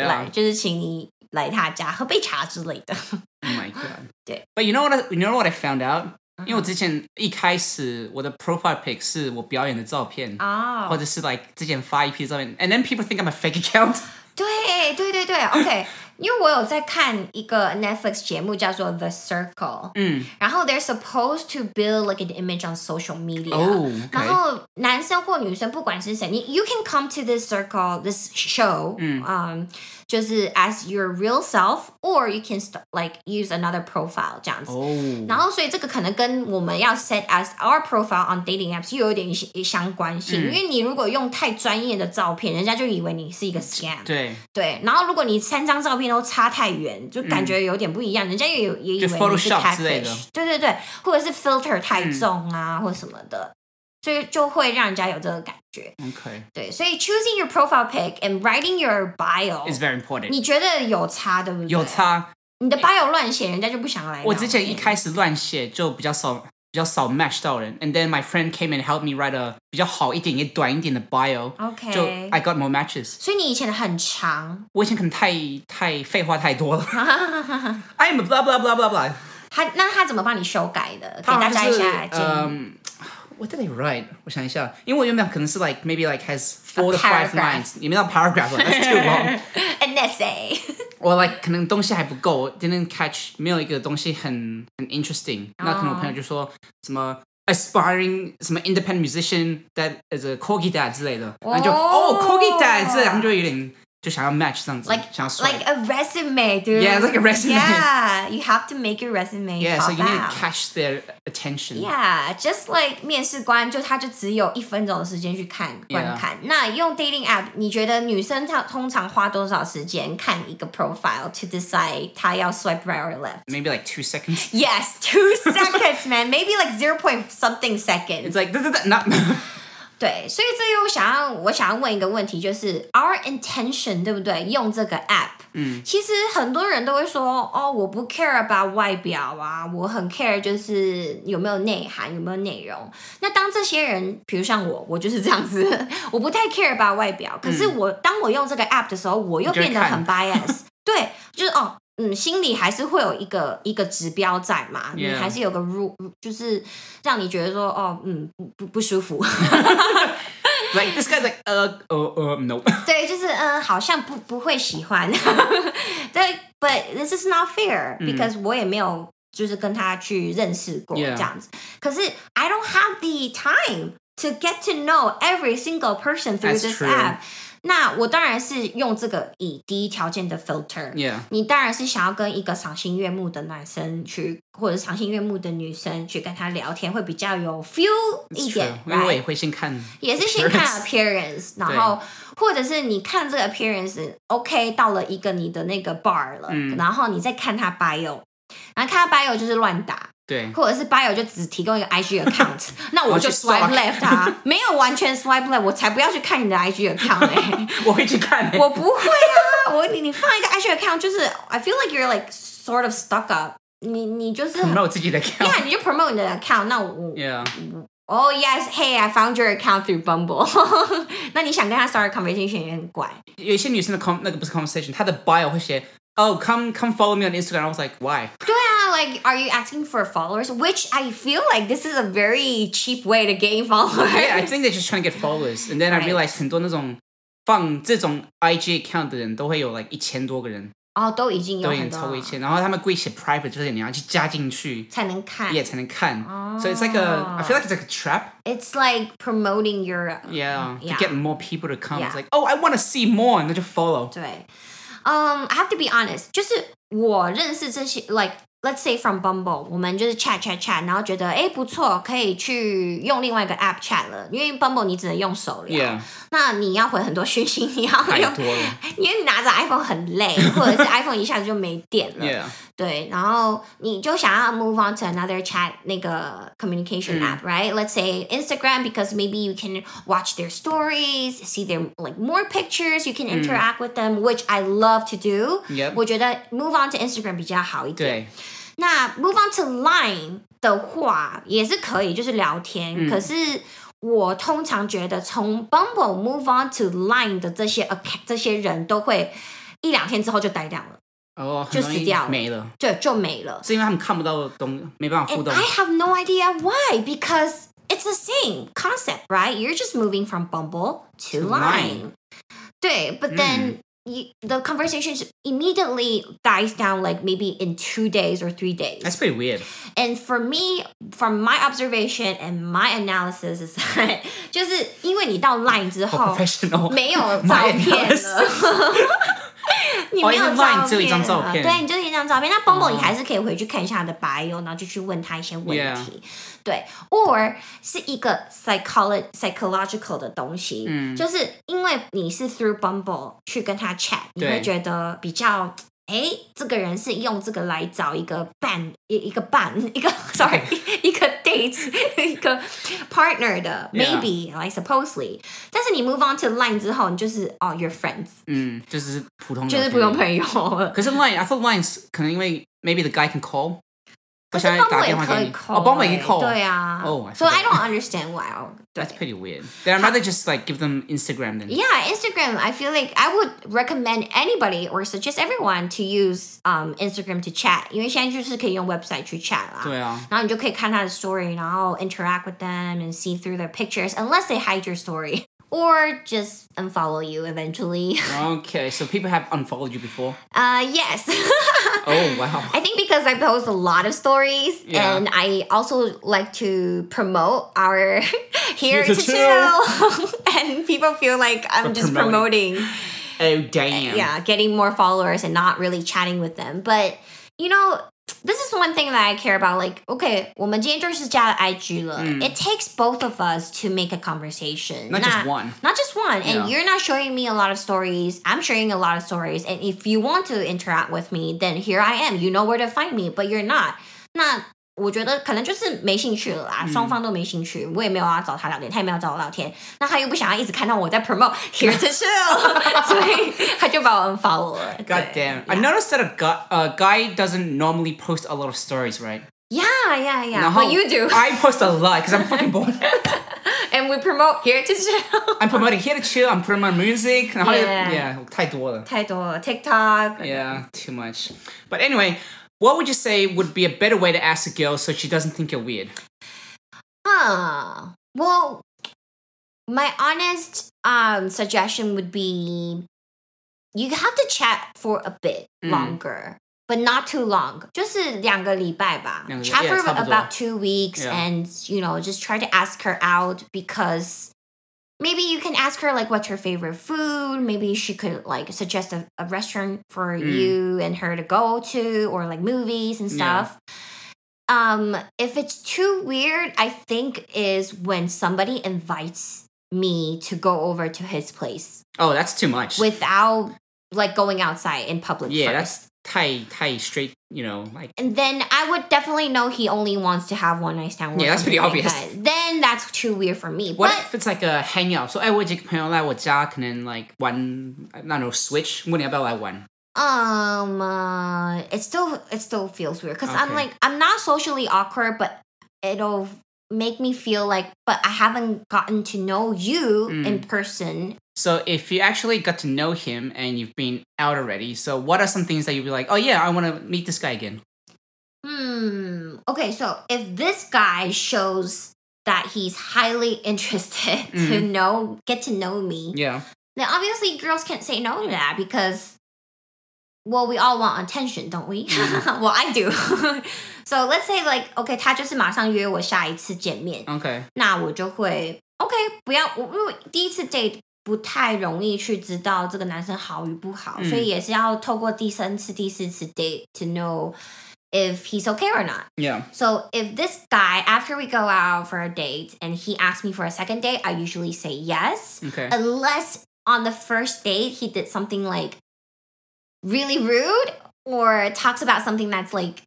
Speaker 1: 来
Speaker 2: [LAUGHS] Yeah.
Speaker 1: 就是请你来他家喝杯茶之类的。
Speaker 2: Oh my god. Uh-huh.
Speaker 1: 对。
Speaker 2: But you know what? I, you know what I found out? 因为我之前一开始我的 profile pic 是我表演的照片
Speaker 1: 哦
Speaker 2: 或者是 like 之前发一批照片，and then people think I'm a fake [LAUGHS] account.
Speaker 1: 对对对
Speaker 2: [LAUGHS]
Speaker 1: 对，OK，因为我有在看一个 Netflix 节目叫做 The Circle，
Speaker 2: 嗯，
Speaker 1: 然后 they're supposed to build like an image on social media，、
Speaker 2: 哦
Speaker 1: 然
Speaker 2: Oh， ，OK
Speaker 1: 后男生或女生不管是谁，你 you can come to this circle this show，嗯就是 as your real self or you can st- like use another profile 这样子。
Speaker 2: 哦
Speaker 1: 然后，所以这个可能跟我们要 set as our profile on dating apps 又有点一相关性，因为你如果用太专业的照片，人家就以为你是一个 scam。
Speaker 2: 对，
Speaker 1: 对，然后如果你三张照片都差太远，就感觉有点不一样，人家也有也以为
Speaker 2: 嗯就
Speaker 1: 你是
Speaker 2: Photoshop 之类的嗯
Speaker 1: catfish，对对对，或者是 filter 太重啊，或什么的，所以就会让人家有这个感觉。
Speaker 2: OK，
Speaker 1: 对，所以 choosing your profile pic and writing your bio，
Speaker 2: it's very important。
Speaker 1: 你觉得有差对不对？
Speaker 2: Oh。 [LAUGHS] 有，差，
Speaker 1: 你的 bio 乱写，人家就不想来聊天。
Speaker 2: 我之前一开始乱写就比较少，比较少 match 到人，and then my friend came and helped me write a 比较好一点也短一点的 bio，就哎
Speaker 1: OK，
Speaker 2: I got more matches。
Speaker 1: 所以你以前很长，
Speaker 2: 我以前可能太太废话太
Speaker 1: [LAUGHS]
Speaker 2: 多了，I'm a blah blah blah blah blah。
Speaker 1: 他那他怎么帮你修改的？给
Speaker 2: 他好
Speaker 1: 大
Speaker 2: 像
Speaker 1: 家一
Speaker 2: 就是
Speaker 1: 下建议。
Speaker 2: 嗯。What did I write？我想一下，因为我原本可能是 like maybe like has four to
Speaker 1: A
Speaker 2: five
Speaker 1: paragraph.
Speaker 2: lines，也没到 paragraph 了，that's too long。
Speaker 1: [LAUGHS] An essay，
Speaker 2: 我 like 可能东西还不够，我 didn't catch 没有一个东西很很 interesting。那可能我朋友就说什么 aspiring 什么 independent musician that is a corgi dad 之类的，然后就
Speaker 1: 哦
Speaker 2: 哦 corgi dad 这，然后就有点就想要 match 这样子
Speaker 1: Like-
Speaker 2: 想要 swipe
Speaker 1: like a resume, dude.
Speaker 2: Yeah, it's like a resume.
Speaker 1: Yeah, you have to make your resume.
Speaker 2: yeah, so
Speaker 1: pop
Speaker 2: you need
Speaker 1: out.
Speaker 2: to catch their attention.
Speaker 1: Yeah, just like 面试官，就他就只有一分钟的时间去看
Speaker 2: Yeah.
Speaker 1: 观看。那用 dating app，你觉得女生她通常花多少时间看一个 profile to decide 她要 swipe right or left？
Speaker 2: Maybe like two seconds.
Speaker 1: Yes, two [LAUGHS] seconds, man. Maybe like zero point something seconds.
Speaker 2: It's like da, da, da, not [LAUGHS]
Speaker 1: 对，所以这又想要我想要问一个问题，就是 our intention 对不对？用这个 app，嗯，其实很多人都会说，哦，我不 care about 外表啊，我很 care 就是有没有内涵，有没有内容。那当这些人，比如像我，我就是这样子， [LAUGHS] 我不太 care about 外表，可是我、当我用这个 app 的时候，我又
Speaker 2: 嗯你就会
Speaker 1: 变得
Speaker 2: 看
Speaker 1: 很
Speaker 2: [LAUGHS]
Speaker 1: bias，对，就是哦。嗯，心里还是会有一个一个指标在嘛你
Speaker 2: Yeah
Speaker 1: 还是有个 rule，就是让你觉得说，哦，嗯，不不不舒服。
Speaker 2: like this guy's like uh uh uh no. [LAUGHS]
Speaker 1: 对，就是嗯，好像不不会喜欢。 [LAUGHS] 对，But this is not fair
Speaker 2: 嗯
Speaker 1: because、我也没有就是跟他去认识过
Speaker 2: Yeah.
Speaker 1: 这样子。可是 I don't have the time to get to know every single person through
Speaker 2: That's
Speaker 1: this
Speaker 2: true.
Speaker 1: app。那我当然是用这个以第一条件的 filter。
Speaker 2: Yeah.
Speaker 1: 你当然是想要跟一个赏心悦目的男生去，或者赏心悦目的女生去跟他聊天，会比较有 feel 一
Speaker 2: It's true.
Speaker 1: 点。
Speaker 2: 因为我
Speaker 1: right？
Speaker 2: 也会先看，
Speaker 1: 也是先看 appearance，然后或者是你看这个 appearance，OK，、到了一个你的那个 bar 了，
Speaker 2: 嗯
Speaker 1: 然后你再看他 bio，然后看他 bio 就是乱打，
Speaker 2: 对，
Speaker 1: 或者是 bio 就只提供一个
Speaker 2: [LAUGHS]
Speaker 1: IG account，那我就
Speaker 2: 然后去 stalk
Speaker 1: swipe left 他，没有完全 swipe left，我才不要去看你的 IG account
Speaker 2: [LAUGHS]
Speaker 1: 欸
Speaker 2: [LAUGHS] 我会去看欸。 [LAUGHS]
Speaker 1: 我不会啊，我你你放一个 IG account 就是 I feel like you're like sort of stuck up，你你就是
Speaker 2: 没有自己的 account。
Speaker 1: yeah，你就 promote 你的 account，那我
Speaker 2: Yeah.
Speaker 1: Oh yes, hey, I found your account through Bumble 。 [LAUGHS] 那你想跟他 start a conversation 也很怪。
Speaker 2: 有一些女生的 com 那个不是 conversation，她的 bio 会写 Oh come come follow me on Instagram。I was like why？ [LAUGHS]
Speaker 1: 对啊，like are you asking for followers? Which I feel like this is a very cheap way to gain [LAUGHS] followers.
Speaker 2: Yeah, I think they're just trying to get followers. And then I
Speaker 1: Right.
Speaker 2: realized 很多那种放这种 IG account 的人都会有 like 一千多个人。
Speaker 1: 哦，Oh, 都已经有
Speaker 2: 都已
Speaker 1: 很
Speaker 2: 经
Speaker 1: 多
Speaker 2: 超过一千，然后他们故意写 private，就是你要去加进去
Speaker 1: 才能看。
Speaker 2: 也才能看。So it's like a, I feel like it's like a trap,
Speaker 1: It's like promoting your
Speaker 2: yeah,
Speaker 1: Yeah.
Speaker 2: to get more people to come.
Speaker 1: Yeah.
Speaker 2: It's like, oh, I want to see more, and then 就 follow.
Speaker 1: 对，嗯、i have to be honest，就是我认识这些，like let's say from Bumble，我们就是 chat chat chat，然后觉得哎不错，可以去用另外一个 app chat 了，因为 Bumble 你只能用手聊
Speaker 2: Yeah，
Speaker 1: 那你要回很多讯息，你 [LAUGHS] 要
Speaker 2: 太
Speaker 1: 用，
Speaker 2: 多了。
Speaker 1: 因为你拿着 iPhone 很累，或者是 [LAUGHS] iPhone 一下子就没电了
Speaker 2: Yeah，
Speaker 1: 对，然后你就想要 move on to another chat 那个 communication
Speaker 2: 嗯
Speaker 1: app, right? Let's say Instagram because maybe you can watch their stories, see their like more pictures, you can interact with them, which I love to do.
Speaker 2: Mm。 Yep
Speaker 1: 我觉得 move on to Instagram 比较好一点。
Speaker 2: 对，
Speaker 1: 那 move on to Line 的话也是可以，就是聊天。可是我通常觉得从 Bumble move on to Line 的这些 account 这些人都会一两天之后就呆掉了，
Speaker 2: 哦，很
Speaker 1: 就
Speaker 2: 容
Speaker 1: 死
Speaker 2: 易
Speaker 1: 掉了
Speaker 2: 没了，
Speaker 1: 对，就没了。
Speaker 2: 是因为他们看不到东，没办法互
Speaker 1: And
Speaker 2: 动
Speaker 1: I。have no idea why because it's the same concept, right? You're just moving from Bumble to,
Speaker 2: To Hmm.
Speaker 1: Line. 对, but then you, the conversations immediately dies down like maybe in two days or three days.
Speaker 2: That's pretty weird.
Speaker 1: And for me, from my observation and my analysis is [LAUGHS] that 就是因为你到 Line
Speaker 2: 好 professional， [LAUGHS]
Speaker 1: 没有照片
Speaker 2: My analysis
Speaker 1: 了。 [LAUGHS] 你没有
Speaker 2: 哦因为
Speaker 1: 照
Speaker 2: Vine
Speaker 1: 片，
Speaker 2: 只有一张照片
Speaker 1: 对，你就是一张照片。那 Bumble 你还是可以回去看一下他的 bio，然后就去问他一些问题。对，or 是一个 psycholo psychological 的东西，
Speaker 2: 嗯
Speaker 1: 就是因为你是 through Bumble 去跟他 chat，你
Speaker 2: 对
Speaker 1: 会觉得比较。诶，哎这个人是用这个来找一个伴，一一个伴， [LAUGHS] 一个
Speaker 2: [LAUGHS]
Speaker 1: sorry，一个 date，一 [LAUGHS] 个 partner 的
Speaker 2: Yeah
Speaker 1: maybe like supposedly，但是你 move on to Line 之后，你就是哦、y o u r friends，
Speaker 2: 嗯，Mm. 就只是普通，
Speaker 1: 就是不用。朋友了。
Speaker 2: 可是 Line，I thought Line 可能因为 maybe the guy can call，
Speaker 1: 可
Speaker 2: 我
Speaker 1: 是
Speaker 2: 想要
Speaker 1: 帮
Speaker 2: 打
Speaker 1: 我也
Speaker 2: 电话
Speaker 1: 可
Speaker 2: 给
Speaker 1: 以
Speaker 2: 你，
Speaker 1: call，
Speaker 2: 哦，帮我也可以 call，
Speaker 1: 对啊。
Speaker 2: Oh, I
Speaker 1: so I
Speaker 2: forgot.
Speaker 1: don't understand why. oh, 对
Speaker 2: That's pretty weird. Then I'd rather just like give them Instagram then.
Speaker 1: Yeah, Instagram. I feel like I would recommend anybody or suggest everyone to use um Instagram to chat，因为现在就是可以用 website 去 chat 啦。
Speaker 2: 对啊，
Speaker 1: 然后你就可以看他的 story，然后 interact with them and see through their pictures unless they hide your story [LAUGHS] or just unfollow you eventually. [LAUGHS]
Speaker 2: Okay, so people have unfollowed you before.
Speaker 1: Uh, yes. [LAUGHS]
Speaker 2: Oh wow.
Speaker 1: I think because I post a lot of stories
Speaker 2: Yeah.
Speaker 1: and I also like to promote our [LAUGHS] here
Speaker 2: to
Speaker 1: to chill. [LAUGHS] and people feel like I'm just
Speaker 2: promoting.
Speaker 1: promoting.
Speaker 2: Oh damn.
Speaker 1: Uh, Yeah, getting more followers and not really chatting with them. But you know, this is one thing that I care about. Like, okay, 我们今天就是加了 IG 了。It takes both of us to make a conversation.
Speaker 2: Hmm. Not just one.
Speaker 1: Not just one. And
Speaker 2: Yeah.
Speaker 1: you're not showing me a lot of stories. I'm sharing a lot of stories. And if you want to interact with me, then here I am. You know where to find me, but you're not. 那我觉得可能就是没兴趣了啦，双、方都没兴趣，我也没有要找他聊天，他也没有找我聊天，那他又不想要一直看到我在 promote here
Speaker 2: [LAUGHS]
Speaker 1: to show，所以他就把我 unfollow 了。
Speaker 2: God damn. I noticed that a guy, a guy doesn't normally post a lot of stories, right?
Speaker 1: Yeah, yeah, yeah.
Speaker 2: Now
Speaker 1: But
Speaker 2: how-
Speaker 1: you do,
Speaker 2: [LAUGHS] I post a lot because I'm fucking bored.
Speaker 1: [LAUGHS] and we promote here to show.
Speaker 2: I'm promoting here to chill. I'm promoting my music. Yeah.
Speaker 1: Yeah.
Speaker 2: yeah 太多了.
Speaker 1: [LAUGHS] 太多了 TikTok，
Speaker 2: Yeah, too much. But anyway, what would you say would be a better way to ask a girl so she doesn't think you're weird?
Speaker 1: Huh. Well, my honest um suggestion would be you have to chat for a bit
Speaker 2: Mm.
Speaker 1: longer. But not too long. 就是两个礼拜吧。
Speaker 2: 两个礼拜，
Speaker 1: Chat for
Speaker 2: yeah，差不多。
Speaker 1: about two weeks
Speaker 2: Yeah.
Speaker 1: and you know, just try to ask her out because maybe you can ask her like what's her favorite food. Maybe she could like suggest a, a restaurant for
Speaker 2: Mm.
Speaker 1: you and her to go to or like movies and
Speaker 2: Yeah.
Speaker 1: stuff. Um, if it's too weird, I think is when somebody invites me to go over to his place
Speaker 2: Oh, that's too much.
Speaker 1: without like going outside in public
Speaker 2: yeah,
Speaker 1: first.
Speaker 2: that's tai tai straight. You know, like
Speaker 1: And then I would definitely know he only wants to have one night stand. or
Speaker 2: Yeah, that's pretty
Speaker 1: something like
Speaker 2: obvious.
Speaker 1: that. Then that's too weird for me.
Speaker 2: what
Speaker 1: but
Speaker 2: if it's like a hangout? So "Oh, I would take朋友来我家，可能 like 玩，I don't know Switch，问你要不要来玩？
Speaker 1: Um, uh, it still it still feels weird because I'm
Speaker 2: Okay.
Speaker 1: like I'm not socially awkward, but it'll make me feel like but I haven't gotten to know you in
Speaker 2: Mm.
Speaker 1: person.
Speaker 2: So if you actually got to know him and you've been out already, so what are some things that you'd be like, oh yeah, I want to meet this guy again?
Speaker 1: Hmm. Okay, so if this guy shows that he's highly [LAUGHS] interested to
Speaker 2: Mhm.
Speaker 1: know get to know me,
Speaker 2: Yeah.
Speaker 1: then obviously girls can't say no to that because well, we all want attention, don't we? [LAUGHS]
Speaker 2: Mm-hmm.
Speaker 1: well, I do. so let's say like okay，他就是马上约我下一次见面，
Speaker 2: OK，
Speaker 1: 那我就会 OK，不要我因为第一次 date 不太容易去知道这个男生好与不好，
Speaker 2: 嗯
Speaker 1: 所以也是要透过第三次、第四次 date to know if he's okay or not.
Speaker 2: yeah.
Speaker 1: So if this guy after we go out for a date and he asks me for a second date, I usually say yes,
Speaker 2: Okay.
Speaker 1: unless on the first date he did something like really rude or talks about something that's like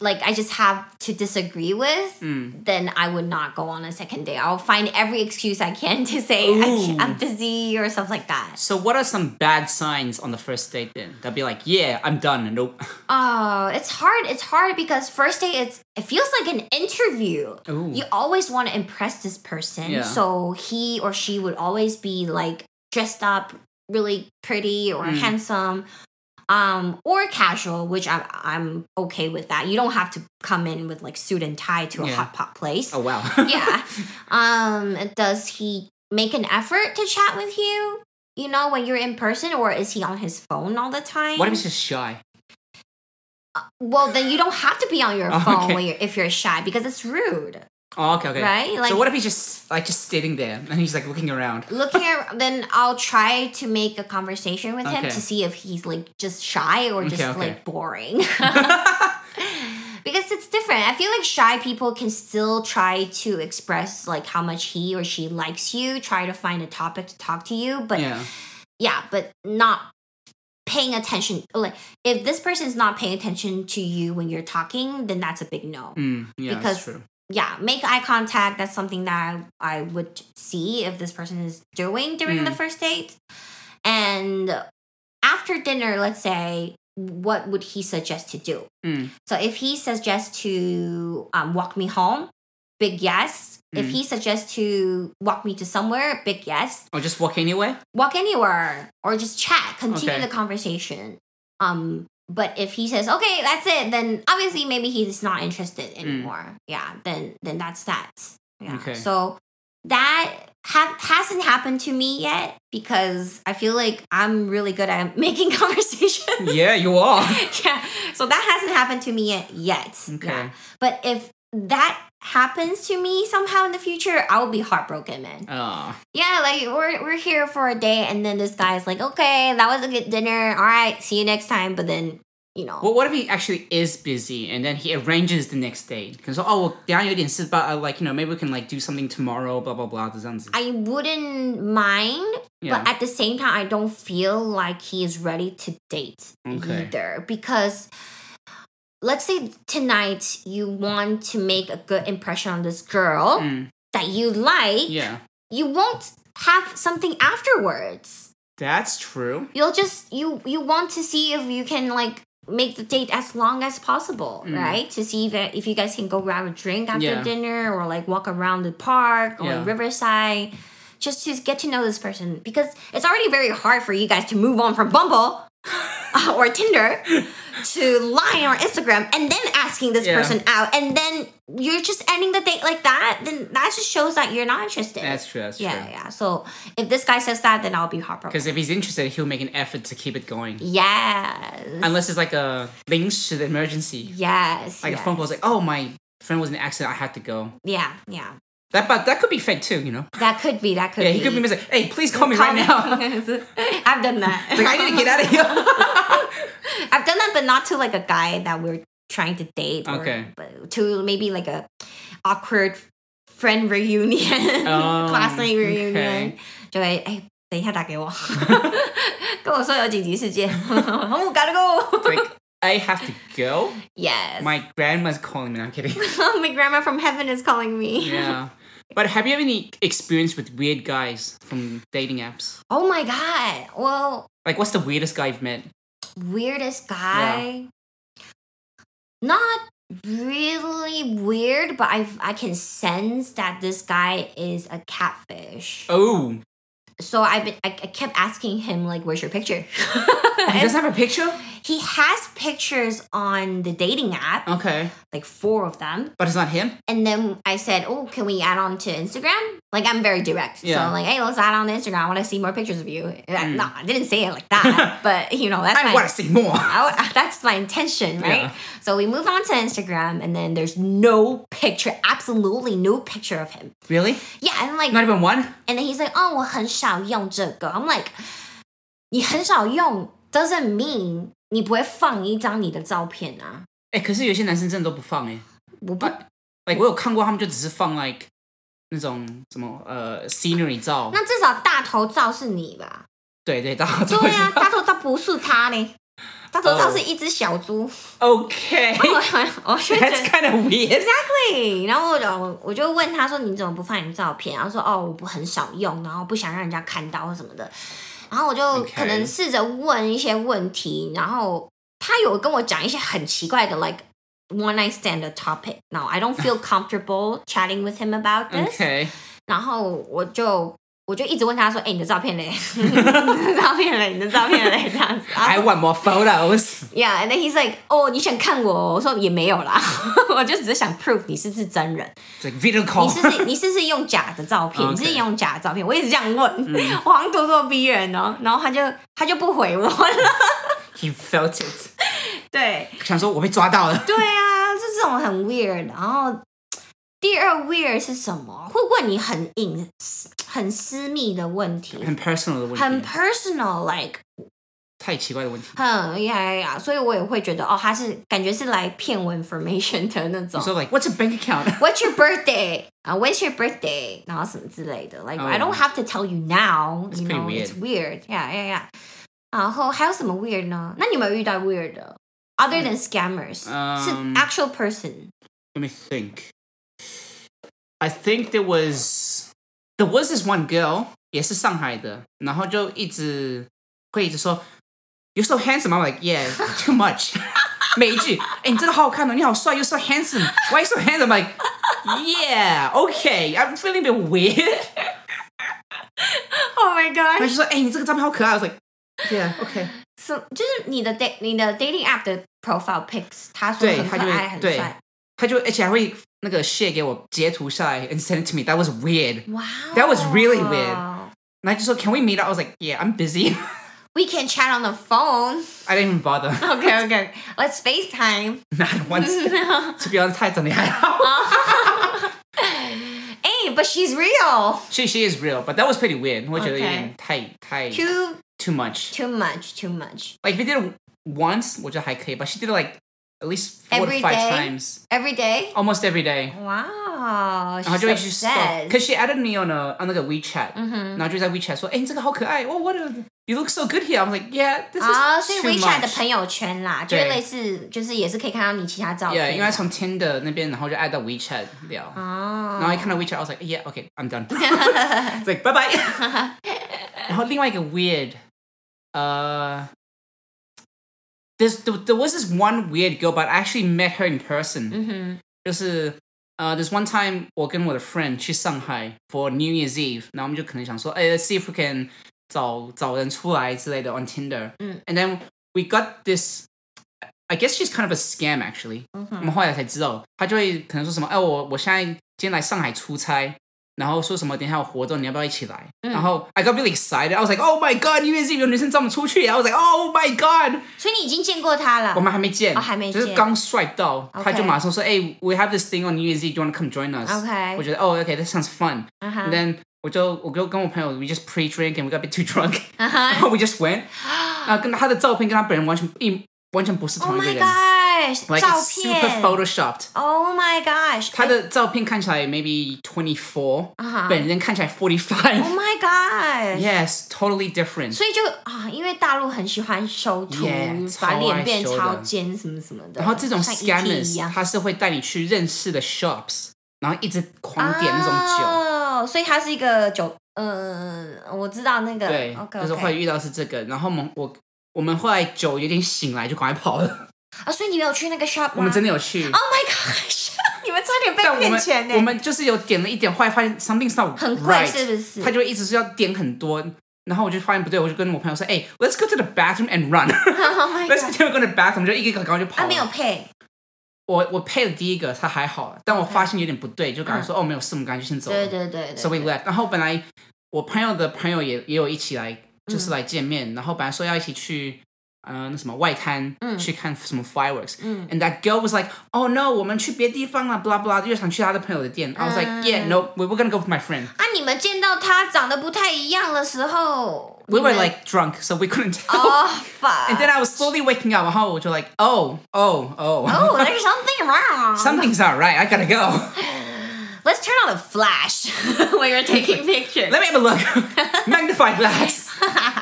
Speaker 1: like I just have to disagree with
Speaker 2: 嗯
Speaker 1: then I would not go on a second date. I'll find every excuse I can [LAUGHS] to say I
Speaker 2: Ooh.
Speaker 1: can't- I'm busy or stuff like that.
Speaker 2: So what are some bad signs on the first date then? They'll be like, yeah, I'm done. Nope.
Speaker 1: Oh, it's hard. It's hard because first date it's it feels like an interview.
Speaker 2: Ooh.
Speaker 1: You always want to impress this person,
Speaker 2: Yeah.
Speaker 1: so he or she would always be like dressed up, really pretty or
Speaker 2: Mm.
Speaker 1: handsome. Um, or casual, which I'm I'm okay with that. You don't have to come in with like suit and tie to a
Speaker 2: Yeah.
Speaker 1: hot pot place.
Speaker 2: Oh wow.
Speaker 1: [LAUGHS] yeah. Um, does he make an effort to chat with you? You know, when you're in person, or is he on his phone all the time?
Speaker 2: What if he's just shy?
Speaker 1: well, then you don't have to be on your
Speaker 2: [LAUGHS] Oh,
Speaker 1: phone
Speaker 2: okay.
Speaker 1: when you're, if you're shy because it's rude,
Speaker 2: Oh, okay, okay.
Speaker 1: right? Like
Speaker 2: so what if he's just like just sitting there and he's like looking around?
Speaker 1: looking, ar- then I'll try to make a conversation with him
Speaker 2: Okay.
Speaker 1: to see if he's like just shy or just
Speaker 2: Okay, okay.
Speaker 1: like
Speaker 2: [LAUGHS]
Speaker 1: boring. [LAUGHS] because it's different. I feel like shy people can still try to express like how much he or she likes you, try to find a topic to talk to you, but
Speaker 2: yeah.
Speaker 1: yeah, but not paying attention. Like, if this person's not paying attention to you when you're talking, then that's a big no.
Speaker 2: Mm, yeah,
Speaker 1: because-
Speaker 2: that's true.
Speaker 1: Yeah, make eye contact. That's something that I, I would see if this person is doing during the
Speaker 2: Mm.
Speaker 1: first date. And after dinner, let's say, what would he suggest to do?
Speaker 2: Mm.
Speaker 1: So if he suggests to um, walk me home, big yes. If
Speaker 2: Mm.
Speaker 1: he suggests to walk me to somewhere, big yes
Speaker 2: Or just walk anywhere?
Speaker 1: walk anywhere or just chat, continue
Speaker 2: Okay.
Speaker 1: the conversation. Um, but if he says, "Okay, that's it," then obviously maybe he's not interested anymore. Yeah, then then that's that. Yeah.
Speaker 2: Hmm. Okay.
Speaker 1: So that ha- hasn't happened to me yet because I feel like I'm really good at [LAUGHS] making
Speaker 2: [LAUGHS]
Speaker 1: conversation.
Speaker 2: yeah, you are.
Speaker 1: yeah. So that hasn't happened to me yet. yet.
Speaker 2: [LAUGHS] Okay.
Speaker 1: Yeah. But if that happens to me somehow in the future, I will be heartbroken, man.
Speaker 2: Oh.
Speaker 1: Yeah, like we're we're here for a day, and then this guy's like, okay, that was a good dinner. All right, see you next time. But then, you know,
Speaker 2: Well, what if he actually is busy and then he arranges the next date? Because oh well, 等下有点事, but uh, like you know maybe we can like do something tomorrow, blah blah blah 这样子.
Speaker 1: I wouldn't mind,
Speaker 2: Yeah.
Speaker 1: but at the same time, I don't feel like he is ready to date
Speaker 2: Okay.
Speaker 1: either because. Let's say tonight you want to make a good impression on this girl
Speaker 2: Mm,
Speaker 1: that you like.
Speaker 2: yeah.
Speaker 1: You won't have something afterwards.
Speaker 2: That's true.
Speaker 1: you'll just you you want to see if you can like make the date as long as possible
Speaker 2: Mm.
Speaker 1: right to see if, if you guys can go grab a drink after
Speaker 2: Yeah.
Speaker 1: dinner or like walk around the park or
Speaker 2: Yeah.
Speaker 1: riverside just to get to know this person because it's already very hard for you guys to move on from bumble [LAUGHS] or tinder to line or instagram and then asking this
Speaker 2: Yeah.
Speaker 1: person out and then you're just ending the date like that then that just shows that you're not interested
Speaker 2: That's true. That's
Speaker 1: yeah
Speaker 2: true.
Speaker 1: yeah so if this guy says that then i'll be heartbroken
Speaker 2: Because if he's interested, he'll make an effort to keep it going.
Speaker 1: Yes.
Speaker 2: Unless it's like a 临时 emergency,
Speaker 1: yes.
Speaker 2: like
Speaker 1: yes.
Speaker 2: a phone call is like, oh my friend was in an accident, I had to go.
Speaker 1: Yeah, yeah.
Speaker 2: That but that could be fake too, you know.
Speaker 1: That could be. That could
Speaker 2: Yeah,
Speaker 1: be.
Speaker 2: he could be like, hey, please call me
Speaker 1: Call me. [LAUGHS]
Speaker 2: right now. [LAUGHS]
Speaker 1: I've done that.
Speaker 2: like I need to get
Speaker 1: [LAUGHS]
Speaker 2: out of here. [LAUGHS]
Speaker 1: I've done that, but not to like a guy that we're trying to date. Or,
Speaker 2: Okay.
Speaker 1: But to maybe like a awkward friend reunion, [LAUGHS]
Speaker 2: Oh,
Speaker 1: classmate reunion，、
Speaker 2: okay.
Speaker 1: 就会哎。等一下打
Speaker 2: [LAUGHS]
Speaker 1: 给我，跟我说有紧急事件。 [LAUGHS] 我 gotta go.
Speaker 2: like I have to go.
Speaker 1: [LAUGHS] Yes.
Speaker 2: My grandma's calling me. No, I'm kidding.
Speaker 1: [LAUGHS] my grandma from heaven is calling me.
Speaker 2: Yeah. But have you had any experience with weird guys from dating apps?
Speaker 1: Oh my god. Well,
Speaker 2: Like, what's the weirdest guy you've met?
Speaker 1: weirdest guy not really weird but i i can sense that this guy is a catfish
Speaker 2: Oh,
Speaker 1: So I've been, I, I kept asking him like, "Where's your picture?"
Speaker 2: [LAUGHS] He doesn't have a picture?
Speaker 1: he has pictures on the dating app,
Speaker 2: Okay.
Speaker 1: like four of them.
Speaker 2: But it's not him?
Speaker 1: And then I said, "Oh, can we add on to Instagram?" Like I'm very direct, so
Speaker 2: Yeah.
Speaker 1: I'm like, "Hey, let's add on to Instagram. I want to see more pictures of you." And I,
Speaker 2: Mm.
Speaker 1: No, I didn't say it like
Speaker 2: [LAUGHS]
Speaker 1: that, but you know that's
Speaker 2: I
Speaker 1: my
Speaker 2: want to see more.
Speaker 1: I w- [LAUGHS] that's my intention, right?
Speaker 2: Yeah.
Speaker 1: So we move on to Instagram, and then there's no picture, absolutely no picture of him.
Speaker 2: Really?
Speaker 1: Yeah, and like,
Speaker 2: Not even one?
Speaker 1: and then he's like, "Oh, 我很少用这个." I'm like, 你很少用 doesn't mean 你不会放一张你的照片啊。我不
Speaker 2: 哎、可是有些男生真的都不放哎、啊 eh. like 我有看过，他们就只是放 like 那种什么呃 uh, scenery 照，
Speaker 1: 那至少大头照是你
Speaker 2: [LAUGHS]
Speaker 1: 吧？
Speaker 2: 对对，大家
Speaker 1: [LAUGHS] 对
Speaker 2: 都会
Speaker 1: 呀、啊，
Speaker 2: 放
Speaker 1: 大头照不是他呢，大头照
Speaker 2: 哦
Speaker 1: 是一只小猪。
Speaker 2: [LAUGHS]
Speaker 1: [LAUGHS]
Speaker 2: OK，that's
Speaker 1: 我我是觉得
Speaker 2: kind of weird。
Speaker 1: 对，然后我就我就问他说：“你怎么不放你的照片？”然后说：“哦，我不很少用，然后不想让人家看到或什么的。”然后我就
Speaker 2: OK
Speaker 1: 可能试着问一些问题，然后他有跟我讲一些很奇怪的，like one night stand 的 topic。Now I don't feel comfortable chatting with him about this。
Speaker 2: OK，
Speaker 1: 然后我就我就一直问他说：“哎、你的照片嘞？ [LAUGHS] 你的照片嘞？你的照片嘞？”这样子。然后
Speaker 2: [LAUGHS] I want more photos。
Speaker 1: Yeah, and then he's like, "Oh, 你想看我哦？”我说也没有啦， [LAUGHS] 我就只是想 prove 你是不是真人，
Speaker 2: It's like
Speaker 1: 你
Speaker 2: video
Speaker 1: 是不
Speaker 2: call。
Speaker 1: 是你是不是用假的照片，
Speaker 2: Okay
Speaker 1: 你是不是用假的照片。我一直这样问，
Speaker 2: 嗯
Speaker 1: [LAUGHS] 我好像咄咄逼人哦，然后他就他就不回我了。 [LAUGHS]
Speaker 2: He felt it，
Speaker 1: 对
Speaker 2: 想说我被抓到了。
Speaker 1: 对啊，就这种很 weird。然后第二 weird 是什么？会问你很隐很私密的问 [LAUGHS] 题，
Speaker 2: 很 personal 的问
Speaker 1: 很
Speaker 2: 题，
Speaker 1: personal，like
Speaker 2: 太奇怪的问题。
Speaker 1: 很呀呀呀，所以我也会觉得哦，他是感觉是来骗我 information 的那种
Speaker 2: 你。说 like what's a bank account？
Speaker 1: What's your birthday? Uh, when's your birthday? 然后什么之类的。Like、I
Speaker 2: Oh.
Speaker 1: don't have to tell you now.
Speaker 2: That's
Speaker 1: You
Speaker 2: pretty
Speaker 1: know,
Speaker 2: weird.
Speaker 1: it's weird. Yeah, yeah, Uh, yeah. 然后还有什么 weird 呢？那你有没有遇到 weird 的？Other than scammers，、是
Speaker 2: Um,
Speaker 1: actual person
Speaker 2: Let me think. I think there was there was this one girl 也是上海的，然后就一直会一直说 You're so handsome. I'm like yeah, too much. [LAUGHS] 每一句，哎、你真的好好看哦，你好帅，You're so handsome. Why you so handsome? I'm like yeah, okay. I'm feeling a bit
Speaker 1: [LAUGHS]
Speaker 2: weird. [LAUGHS]
Speaker 1: Oh my
Speaker 2: 他
Speaker 1: god！
Speaker 2: 就说，哎、你这个照片好可爱。I was like yeah, okay.
Speaker 1: 什就是你的 date 你的 dating app 的 profile pics，他说
Speaker 2: 对
Speaker 1: 很可
Speaker 2: 他就会
Speaker 1: 爱很
Speaker 2: 对
Speaker 1: 帅，
Speaker 2: 他就而且还会那个 share 给我截图下来 and send it to me. That was weird.
Speaker 1: 哇、
Speaker 2: That was really weird. 然后就说 Can we meet up? I was like yeah, I'm busy. [LAUGHS]
Speaker 1: We can chat on the phone.
Speaker 2: I didn't even bother.
Speaker 1: [LAUGHS]
Speaker 2: [LAUGHS]
Speaker 1: Okay, okay. [LAUGHS] Let's [LAUGHS] FaceTime.
Speaker 2: Not once. to be honest, 太长 [LAUGHS] 得还好。
Speaker 1: [LAUGHS] hey, but she's real.
Speaker 2: She she is real, but that was pretty weird. 我觉得有
Speaker 1: Okay.
Speaker 2: 点太太
Speaker 1: Too
Speaker 2: too much.
Speaker 1: too much, too much.
Speaker 2: Like if you did it once, 我觉得还可以，but she did it like at least four
Speaker 1: Every
Speaker 2: to five
Speaker 1: day?
Speaker 2: times,
Speaker 1: Every day.
Speaker 2: almost every day.
Speaker 1: Wow.
Speaker 2: 然后
Speaker 1: She's
Speaker 2: 就会去 stalk.
Speaker 1: obsessed. Mm-hmm.
Speaker 2: Cause she added me on a on 那个 WeChat，、然后就在 WeChat 说，哎、你这个好可爱，哦、what a you look so good here. I'm like yeah, this is
Speaker 1: 啊，所以
Speaker 2: too
Speaker 1: Oh, WeChat 的
Speaker 2: much.
Speaker 1: 朋友圈啦，就是
Speaker 2: 对
Speaker 1: 类似，就是也是可以看到你其他照
Speaker 2: Yeah，
Speaker 1: 片。
Speaker 2: 因为他从 Tinder 那边，然后就 add 到 WeChat 聊。
Speaker 1: Oh.
Speaker 2: 然后一
Speaker 1: 哦，[LAUGHS]
Speaker 2: 看到 WeChat，I was like yeah, okay, I'm done. It's like bye bye. [LAUGHS] 然后另外一个 weird，呃、there's there, there was this one weird girl, but I actually met her in person、
Speaker 1: 嗯哼，
Speaker 2: 就是呃、there's one time 我跟我的 friend 去上海 for New Year's Eve，然后我们就可能想说，哎、l e t s see if we can 找找人出来之类的 on Tinder。
Speaker 1: 嗯
Speaker 2: And then we got this. I guess she's kind of a scam actually.
Speaker 1: 嗯
Speaker 2: 我
Speaker 1: 哼，
Speaker 2: 们后来才知道，他就会可能说什么，哎，我我现在今天来上海出差，然后说什么等一下有活动，你要不要一起来？
Speaker 1: 嗯
Speaker 2: 然后 I got really excited, I was like, oh my god, 因为是有女生找我们出去，I was like, oh my god，
Speaker 1: 所以你已经见过他了
Speaker 2: 我。们还没见，
Speaker 1: 哦还没见
Speaker 2: 就是刚 swipe 到，
Speaker 1: OK
Speaker 2: 他就马上说，哎，we have this thing on New Year's Eve, do you want to come join us？我
Speaker 1: OK，Uh-huh。
Speaker 2: 觉得，哦，OK, that sounds fun.
Speaker 1: 嗯
Speaker 2: And
Speaker 1: 哼，
Speaker 2: then 我就我就跟我朋友，we just pre drink and we got a bit too drunk,
Speaker 1: [LAUGHS] 嗯哼
Speaker 2: we just
Speaker 1: [GASPS]
Speaker 2: went，然后跟他的照片跟他本人完全一完全不是
Speaker 1: ，Oh
Speaker 2: [LAUGHS] 同一
Speaker 1: my
Speaker 2: 个人
Speaker 1: gosh，
Speaker 2: ，like
Speaker 1: 照
Speaker 2: it's super
Speaker 1: 片
Speaker 2: photoshopped。
Speaker 1: ，Oh my gosh，
Speaker 2: 他的照片看起来 maybe twenty four，、
Speaker 1: 啊哈
Speaker 2: 本人看起来 forty
Speaker 1: ，Oh
Speaker 2: five。
Speaker 1: my
Speaker 2: [LAUGHS]
Speaker 1: gosh。
Speaker 2: Yes, totally different.
Speaker 1: 所以就啊，因为大陆很喜欢修图
Speaker 2: Yeah，
Speaker 1: 把
Speaker 2: 超
Speaker 1: 脸
Speaker 2: 爱
Speaker 1: 变
Speaker 2: 修的
Speaker 1: 超尖什么什么的，
Speaker 2: 然后这种
Speaker 1: 像 ET 一
Speaker 2: scammers，
Speaker 1: 样
Speaker 2: 他是会带你去认识的 shops，然后一直狂点那种酒。
Speaker 1: 哦，所以它是一个酒，嗯、我知道那个，
Speaker 2: 对
Speaker 1: o k
Speaker 2: 就是
Speaker 1: OK，
Speaker 2: 会遇到是这个。然后我们我我们后来酒有点醒来，就赶快跑了。
Speaker 1: 啊，所以你没有去那个 shop 吗？
Speaker 2: 我们真的有去
Speaker 1: o h my [LAUGHS] gosh，你
Speaker 3: 你们差点被
Speaker 2: 但我
Speaker 3: 骗
Speaker 2: 们
Speaker 3: 钱呢、
Speaker 2: 我们就是有点了一点，后来发现 something's not
Speaker 1: 很快
Speaker 2: right，
Speaker 1: 是不是？
Speaker 2: 他就一直是要点很多，然后我就发现不对，我就跟我朋友说，哎、l e t s go to the bathroom
Speaker 1: [LAUGHS]
Speaker 2: and run，let's
Speaker 1: [LAUGHS] Oh
Speaker 2: [LAUGHS]
Speaker 1: my god！
Speaker 2: go to the bathroom，就一个一个赶快就跑
Speaker 1: 他啊
Speaker 2: 了。
Speaker 1: 没有配，
Speaker 2: 我我配了第一个，他还好，但我发现有点不对，就赶快说、哦没有事，我们赶快就先走了。
Speaker 1: 嗯对对对对。
Speaker 2: So we left。然后本来我朋友的朋友也也有一起来，就是来见面。然后本来说要一起去，嗯、那什么外滩、
Speaker 1: 嗯
Speaker 2: 去看什么 fireworks。
Speaker 1: 嗯
Speaker 2: And that girl was like, "Oh no，我们去别地方了，blah blah，又想去她的朋友的店。I was like,
Speaker 1: 嗯
Speaker 2: "Yeah, no, we were gonna go with my friend.
Speaker 1: 啊，你们见到他长得不太一样的时候
Speaker 2: We
Speaker 1: 你们
Speaker 2: were like drunk, so we couldn't tell." [LAUGHS]
Speaker 1: 哦
Speaker 2: And
Speaker 1: [LAUGHS]
Speaker 2: then
Speaker 1: fuck，
Speaker 2: I was slowly waking up. 然后我就 like, "Oh, oh, oh,
Speaker 1: 哦，there's something wrong。
Speaker 2: [LAUGHS] something's not right. I
Speaker 1: [LAUGHS]
Speaker 2: gotta go.
Speaker 1: Let's turn on the flash [LAUGHS] when you're
Speaker 2: [LAUGHS]
Speaker 1: taking pictures. [LAUGHS]
Speaker 2: Let me have a look. Magnify glass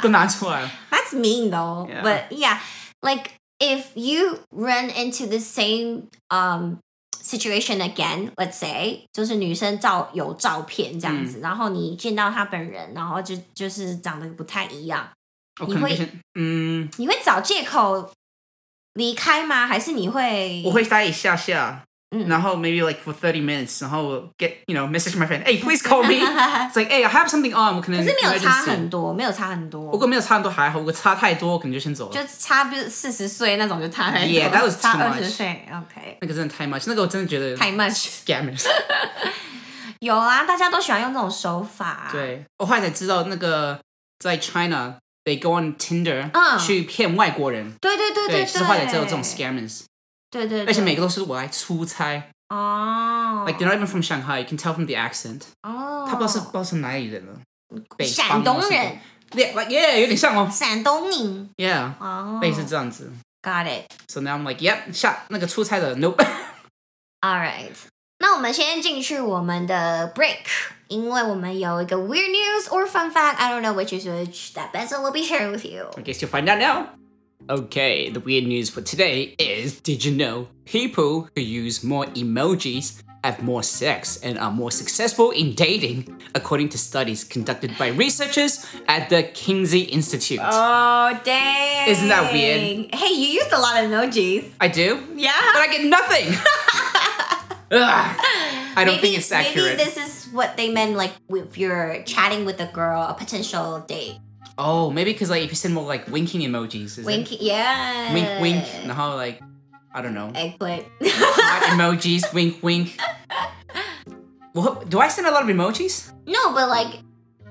Speaker 2: 都拿出来了。
Speaker 1: That's mean though.
Speaker 2: Yeah.
Speaker 1: But yeah, like if you run into the same um situation again, let's say，就是女生照有照片这
Speaker 2: 嗯
Speaker 1: 样子，然后你见到她本人，然后就就是长得不太一样，
Speaker 2: 我
Speaker 1: 你
Speaker 2: 可能
Speaker 1: 会
Speaker 2: 就先嗯。
Speaker 1: 你会找借口离开吗？还是你会？
Speaker 2: 我会待一下下，
Speaker 1: 嗯
Speaker 2: 然后 maybe like for thirty minutes，然后我 get you know message my friend，hey please
Speaker 1: [LAUGHS]
Speaker 2: call me，it's like hey I have something on，我可能
Speaker 1: 可是没有差
Speaker 2: emergency
Speaker 1: 很多，没有差很多。
Speaker 2: 如果没有差很多还好，如果差太多我可能就先走了。
Speaker 1: 就差不四十岁那种就差很多
Speaker 2: Yeah, that was too
Speaker 1: 差
Speaker 2: much.
Speaker 1: 二十岁，OK，
Speaker 2: 那个真的太 much，那个我真的觉得
Speaker 1: 太 much。
Speaker 2: scammers。
Speaker 1: 有啊，大家都喜欢用这种手法、啊。，
Speaker 2: 对我后来才知道，那个在 China they go on Tinder、
Speaker 1: 嗯
Speaker 2: 去骗外国人，
Speaker 1: 对对对对，
Speaker 2: 是后来才有这种 scammers，
Speaker 1: 对对对，
Speaker 2: 而且每个都是我来出差、
Speaker 1: 哦
Speaker 2: l i k e they're not even from Shanghai，you can tell from the accent，、
Speaker 1: 哦，
Speaker 2: 他不知道是不知道是哪里人了，北
Speaker 1: 山
Speaker 2: 方
Speaker 1: 东
Speaker 2: 还是
Speaker 1: 人，
Speaker 2: ，yeah like yeah 有点像哦
Speaker 1: 山东人
Speaker 2: ，yeah。
Speaker 1: 哦，
Speaker 2: 类似这样子。
Speaker 1: Got it.
Speaker 2: So now I'm like, yep，下那个出差的，nope。 [LAUGHS]
Speaker 1: All right. 那我们先进去我们的 break，因为我们有一个 weird news or fun fact. I don't know which is which that Benson will be sharing with you.
Speaker 2: I guess you'll find out now. Okay, the weird news for today is did you know people who use more emojis have more sex and are more successful in dating, according to studies conducted by researchers at the Kinsey Institute?
Speaker 1: Oh dang!
Speaker 2: Isn't that weird?
Speaker 1: Hey, you used a lot of emojis.
Speaker 2: I do,
Speaker 1: Yeah.
Speaker 2: but I get nothing. [LAUGHS] Ugh, I don't think it's
Speaker 1: Maybe
Speaker 2: accurate.
Speaker 1: this is what they meant, like if you're chatting with a girl, a potential date.
Speaker 2: oh, maybe because like if you send more like winking emojis, is it?
Speaker 1: Wink, yeah.
Speaker 2: wink, wink, and how like I don't know.
Speaker 1: Eggplant. [LAUGHS]
Speaker 2: heart emojis, wink, wink. What, do I send a lot of emojis?
Speaker 1: no, but like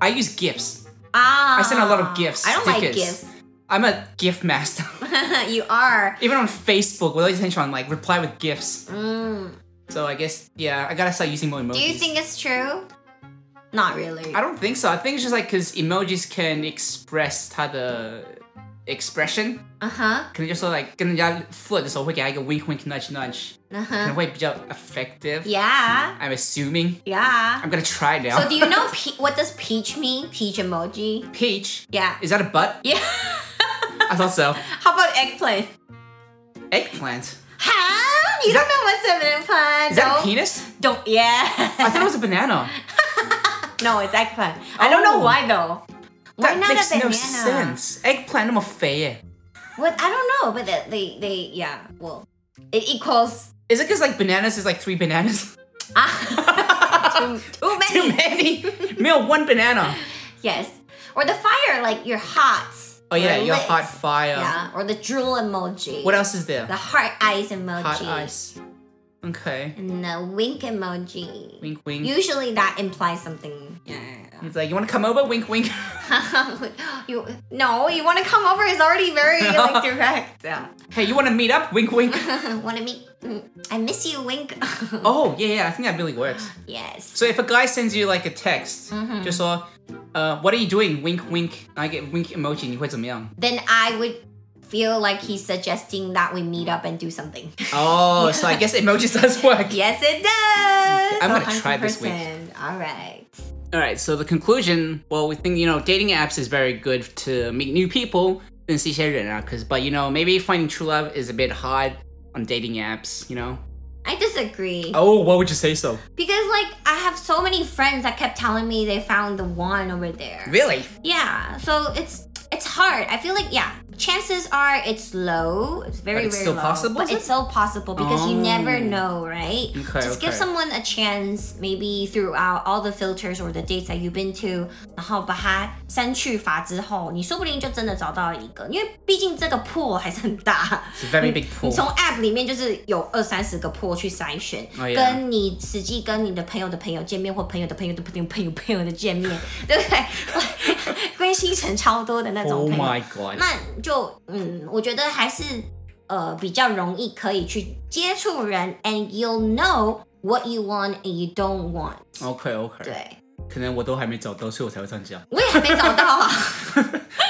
Speaker 2: I use GIFs.
Speaker 1: ah,
Speaker 2: send a lot of gifts,
Speaker 1: I don't like
Speaker 2: stickers.
Speaker 1: gifts.
Speaker 2: I'm a GIF master. [LAUGHS]
Speaker 1: [LAUGHS] you are.
Speaker 2: Even on Facebook, with all these attention on like reply with GIFs.
Speaker 1: Mm.
Speaker 2: So I guess yeah, I gotta start using more emojis.
Speaker 1: Do you think it's true? Not really.
Speaker 2: I don't think so. I think it's just like because emojis can express 它的 expression.
Speaker 1: Uh huh.
Speaker 2: 可能就是 like 跟人家flirt的时候会给他一个 wink wink nudge nudge.
Speaker 1: Uh huh.
Speaker 2: 可能会比较 effective.
Speaker 1: Yeah.
Speaker 2: I'm assuming.
Speaker 1: Yeah.
Speaker 2: I'm gonna try now.
Speaker 1: So do you
Speaker 2: [LAUGHS]
Speaker 1: know pe- what does peach mean? Peach emoji.
Speaker 2: peach?
Speaker 1: Yeah.
Speaker 2: Is that a butt?
Speaker 1: Yeah. [LAUGHS]
Speaker 2: I thought so.
Speaker 1: How about eggplant?
Speaker 2: Eggplant.
Speaker 1: Huh? You
Speaker 2: Is
Speaker 1: don't know what's an eggplant?
Speaker 2: Is that a
Speaker 1: Don't-
Speaker 2: penis?
Speaker 1: Don't yeah. [LAUGHS]
Speaker 2: I thought it was a banana.
Speaker 1: No, it's eggplant. I don't know
Speaker 2: Oh.
Speaker 1: why though. Why
Speaker 2: that
Speaker 1: not
Speaker 2: makes
Speaker 1: a banana?
Speaker 2: no sense. Eggplant 那么肥耶。
Speaker 1: What I don't know, but they, they they yeah. Well, it equals
Speaker 2: Is it because like bananas is like three bananas? [LAUGHS]
Speaker 1: ah [LAUGHS] too, too many.
Speaker 2: Too many. [LAUGHS] Meal one banana.
Speaker 1: Yes, or the fire like you're hot.
Speaker 2: Oh yeah,
Speaker 1: or
Speaker 2: your
Speaker 1: lit.
Speaker 2: hot fire.
Speaker 1: Yeah, or the drool emoji.
Speaker 2: What else is there?
Speaker 1: The heart eyes emoji.
Speaker 2: hot ice. Okay.
Speaker 1: And the wink emoji.
Speaker 2: Wink wink.
Speaker 1: Usually that implies something. Yeah. yeah,
Speaker 2: He's like, you want to come over? Wink [LAUGHS] wink.
Speaker 1: yeah. [LAUGHS] you no, you want to come over is already very
Speaker 2: [LAUGHS]
Speaker 1: like direct. Yeah. [LAUGHS]
Speaker 2: hey, you want to meet up? Wink wink.
Speaker 1: want to meet? mm, I miss you, wink. [LAUGHS]
Speaker 2: oh yeah, yeah. I think that really works.
Speaker 1: Yes.
Speaker 2: So if a guy sends you like a text,
Speaker 1: Mm-hmm.
Speaker 2: just saw, uh, what are you doing? Wink wink. And I get wink emoji. 你会怎么样？
Speaker 1: Then I would feel like he's suggesting that we meet up and do something. [LAUGHS]
Speaker 2: Oh, so I guess emojis does work.
Speaker 1: yes, it does.
Speaker 2: I'm gonna try this week.
Speaker 1: All right.
Speaker 2: All right, so the conclusion, well, we think, you know, dating apps is very good to meet new people and see because, but, you know, maybe finding true love is a bit hard on dating apps, you know?
Speaker 1: I disagree
Speaker 2: Oh, why would you say so?
Speaker 1: because like I have so many friends that kept telling me they found the one over there.
Speaker 2: Really?
Speaker 1: Yeah. So it's it's hard. I feel like yeah, chances are it's low. It's very,
Speaker 2: But it's
Speaker 1: very
Speaker 2: still
Speaker 1: low.
Speaker 2: possible,
Speaker 1: But
Speaker 2: is Oh.
Speaker 1: it's still possible because you never know, right?
Speaker 2: Okay,
Speaker 1: Just give
Speaker 2: okay.
Speaker 1: someone a chance, maybe throughout all the filters or the dates that you've been to，然后把它删去法之后，你说不定就真的找到一个，因为毕竟这个 pool 还是很大。
Speaker 2: It's a very
Speaker 1: [LAUGHS]
Speaker 2: big
Speaker 1: 你
Speaker 2: pool.
Speaker 1: 从 App 里面就是有二三十个 pool 去筛选
Speaker 2: Oh, yeah.
Speaker 1: 跟你实际跟你的朋友的朋友见面，或朋友的朋友的朋友朋友朋友的见面， [LAUGHS] 对不对？归西城超多的那种
Speaker 2: Oh
Speaker 1: 朋友
Speaker 2: my god.
Speaker 1: 那就嗯，我觉得还是呃比较容易可以去接触人，and you'll know what you want and you don't want。
Speaker 2: OK OK，
Speaker 1: 对，
Speaker 2: 可能我都还没找到，所以我才会这样讲。 [LAUGHS]
Speaker 1: 我也还没找到啊。 [LAUGHS]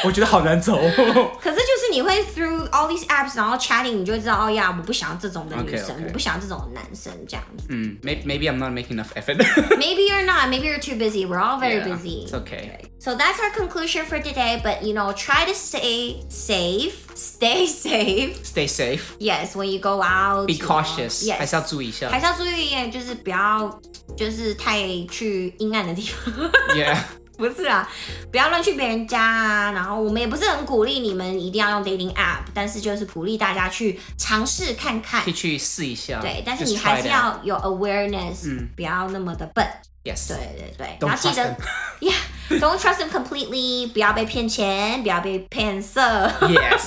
Speaker 2: 我觉得好难走。
Speaker 1: 可是就是你会 through all these apps，然后 chatting，你就会知道哦呀，我不想要这种的女生
Speaker 2: OK，OK
Speaker 1: 我不想要这种的男生这样子。
Speaker 2: 嗯，maybe Hmm, maybe I'm not making enough effort.
Speaker 1: Maybe you're not. Maybe you're too busy. We're all very
Speaker 2: [LAUGHS] Yeah,
Speaker 1: busy.
Speaker 2: It's okay.
Speaker 1: So that's our conclusion for today. But you know, try to stay safe. Stay [LAUGHS] safe.
Speaker 2: Stay safe.
Speaker 1: Yes, when you go out.
Speaker 2: Be
Speaker 1: you know.
Speaker 2: cautious. 还
Speaker 1: Yes.
Speaker 2: 是要注意一下。
Speaker 1: 还是要注意，就是不要，就是太去阴暗的地方。 [LAUGHS]
Speaker 2: Yeah. [LAUGHS]
Speaker 1: 不是啊，不要乱去别人家啊。然后我们也不是很鼓励你们一定要用 dating app，但是就是鼓励大家去尝试看看
Speaker 2: 可以。去试一下。
Speaker 1: 对，但是
Speaker 2: Just
Speaker 1: 你还
Speaker 2: try
Speaker 1: 是
Speaker 2: it out.
Speaker 1: 要有 awareness，、不要那么的笨。
Speaker 2: Yes.
Speaker 1: 对对对，
Speaker 2: Don't
Speaker 1: 然后记
Speaker 2: trust
Speaker 1: 得
Speaker 2: them.
Speaker 1: ，Yeah，don't trust them completely，不要被骗钱，不要被骗色， [LAUGHS]
Speaker 2: [LAUGHS] Yes.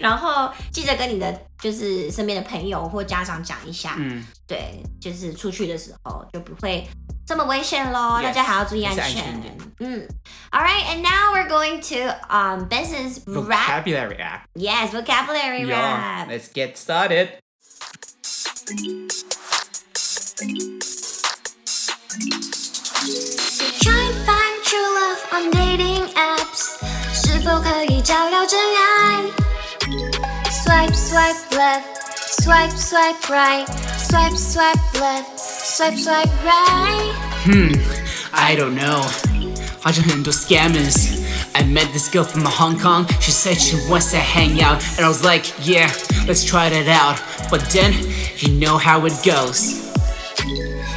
Speaker 1: 然后记得跟你的就是身边的朋友或家长讲一下，
Speaker 2: 嗯，
Speaker 1: 对，就是出去的时候就不会这么危险喽
Speaker 2: Yes，
Speaker 1: 大家还要注意安
Speaker 2: 还是
Speaker 1: 全
Speaker 2: 安全一点。
Speaker 1: 嗯，All right, and now we're going to um Benson's rap,
Speaker 2: Vocabulary app.
Speaker 1: yes, vocabulary
Speaker 2: Yeah.
Speaker 1: rap.
Speaker 2: Let's get started.
Speaker 1: Try and find true love on dating apps，是否可以找到真爱？Swipe, swipe left, swipe, swipe right, swipe, swipe left, swipe, swipe right。
Speaker 2: I don't know. 好像很多 scammers. I met this girl from Hong Kong. She said she wants to hang out, and I was like, yeah, let's try that out. But then, you know how it goes.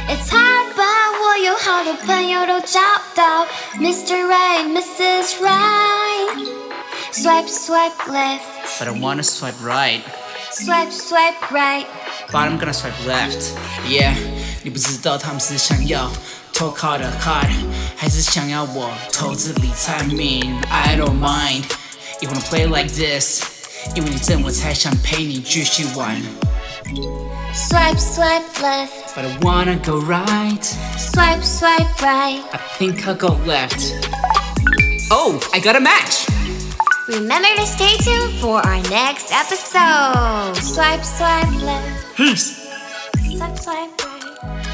Speaker 3: It's hard, but 我有好多朋友都找到 Mr. Right, Mrs. Right. Swipe, swipe left,
Speaker 2: But I want to swipe right,
Speaker 3: swipe, swipe right.
Speaker 2: but I'm gonna swipe left. Yeah, 你不知道他们是想要投靠的 card，还是想要我投资理财？I mean, I don't mind. You wanna play like this? 因为你真，我才想陪你继续玩。
Speaker 3: Swipe, swipe left,
Speaker 2: But I wanna go right.
Speaker 3: swipe, swipe right.
Speaker 2: I think I'll go left. Oh, I got a match!
Speaker 3: Remember to stay tuned for our next episode. Swipe, swipe left,
Speaker 2: Peace!
Speaker 3: swipe, swipe right.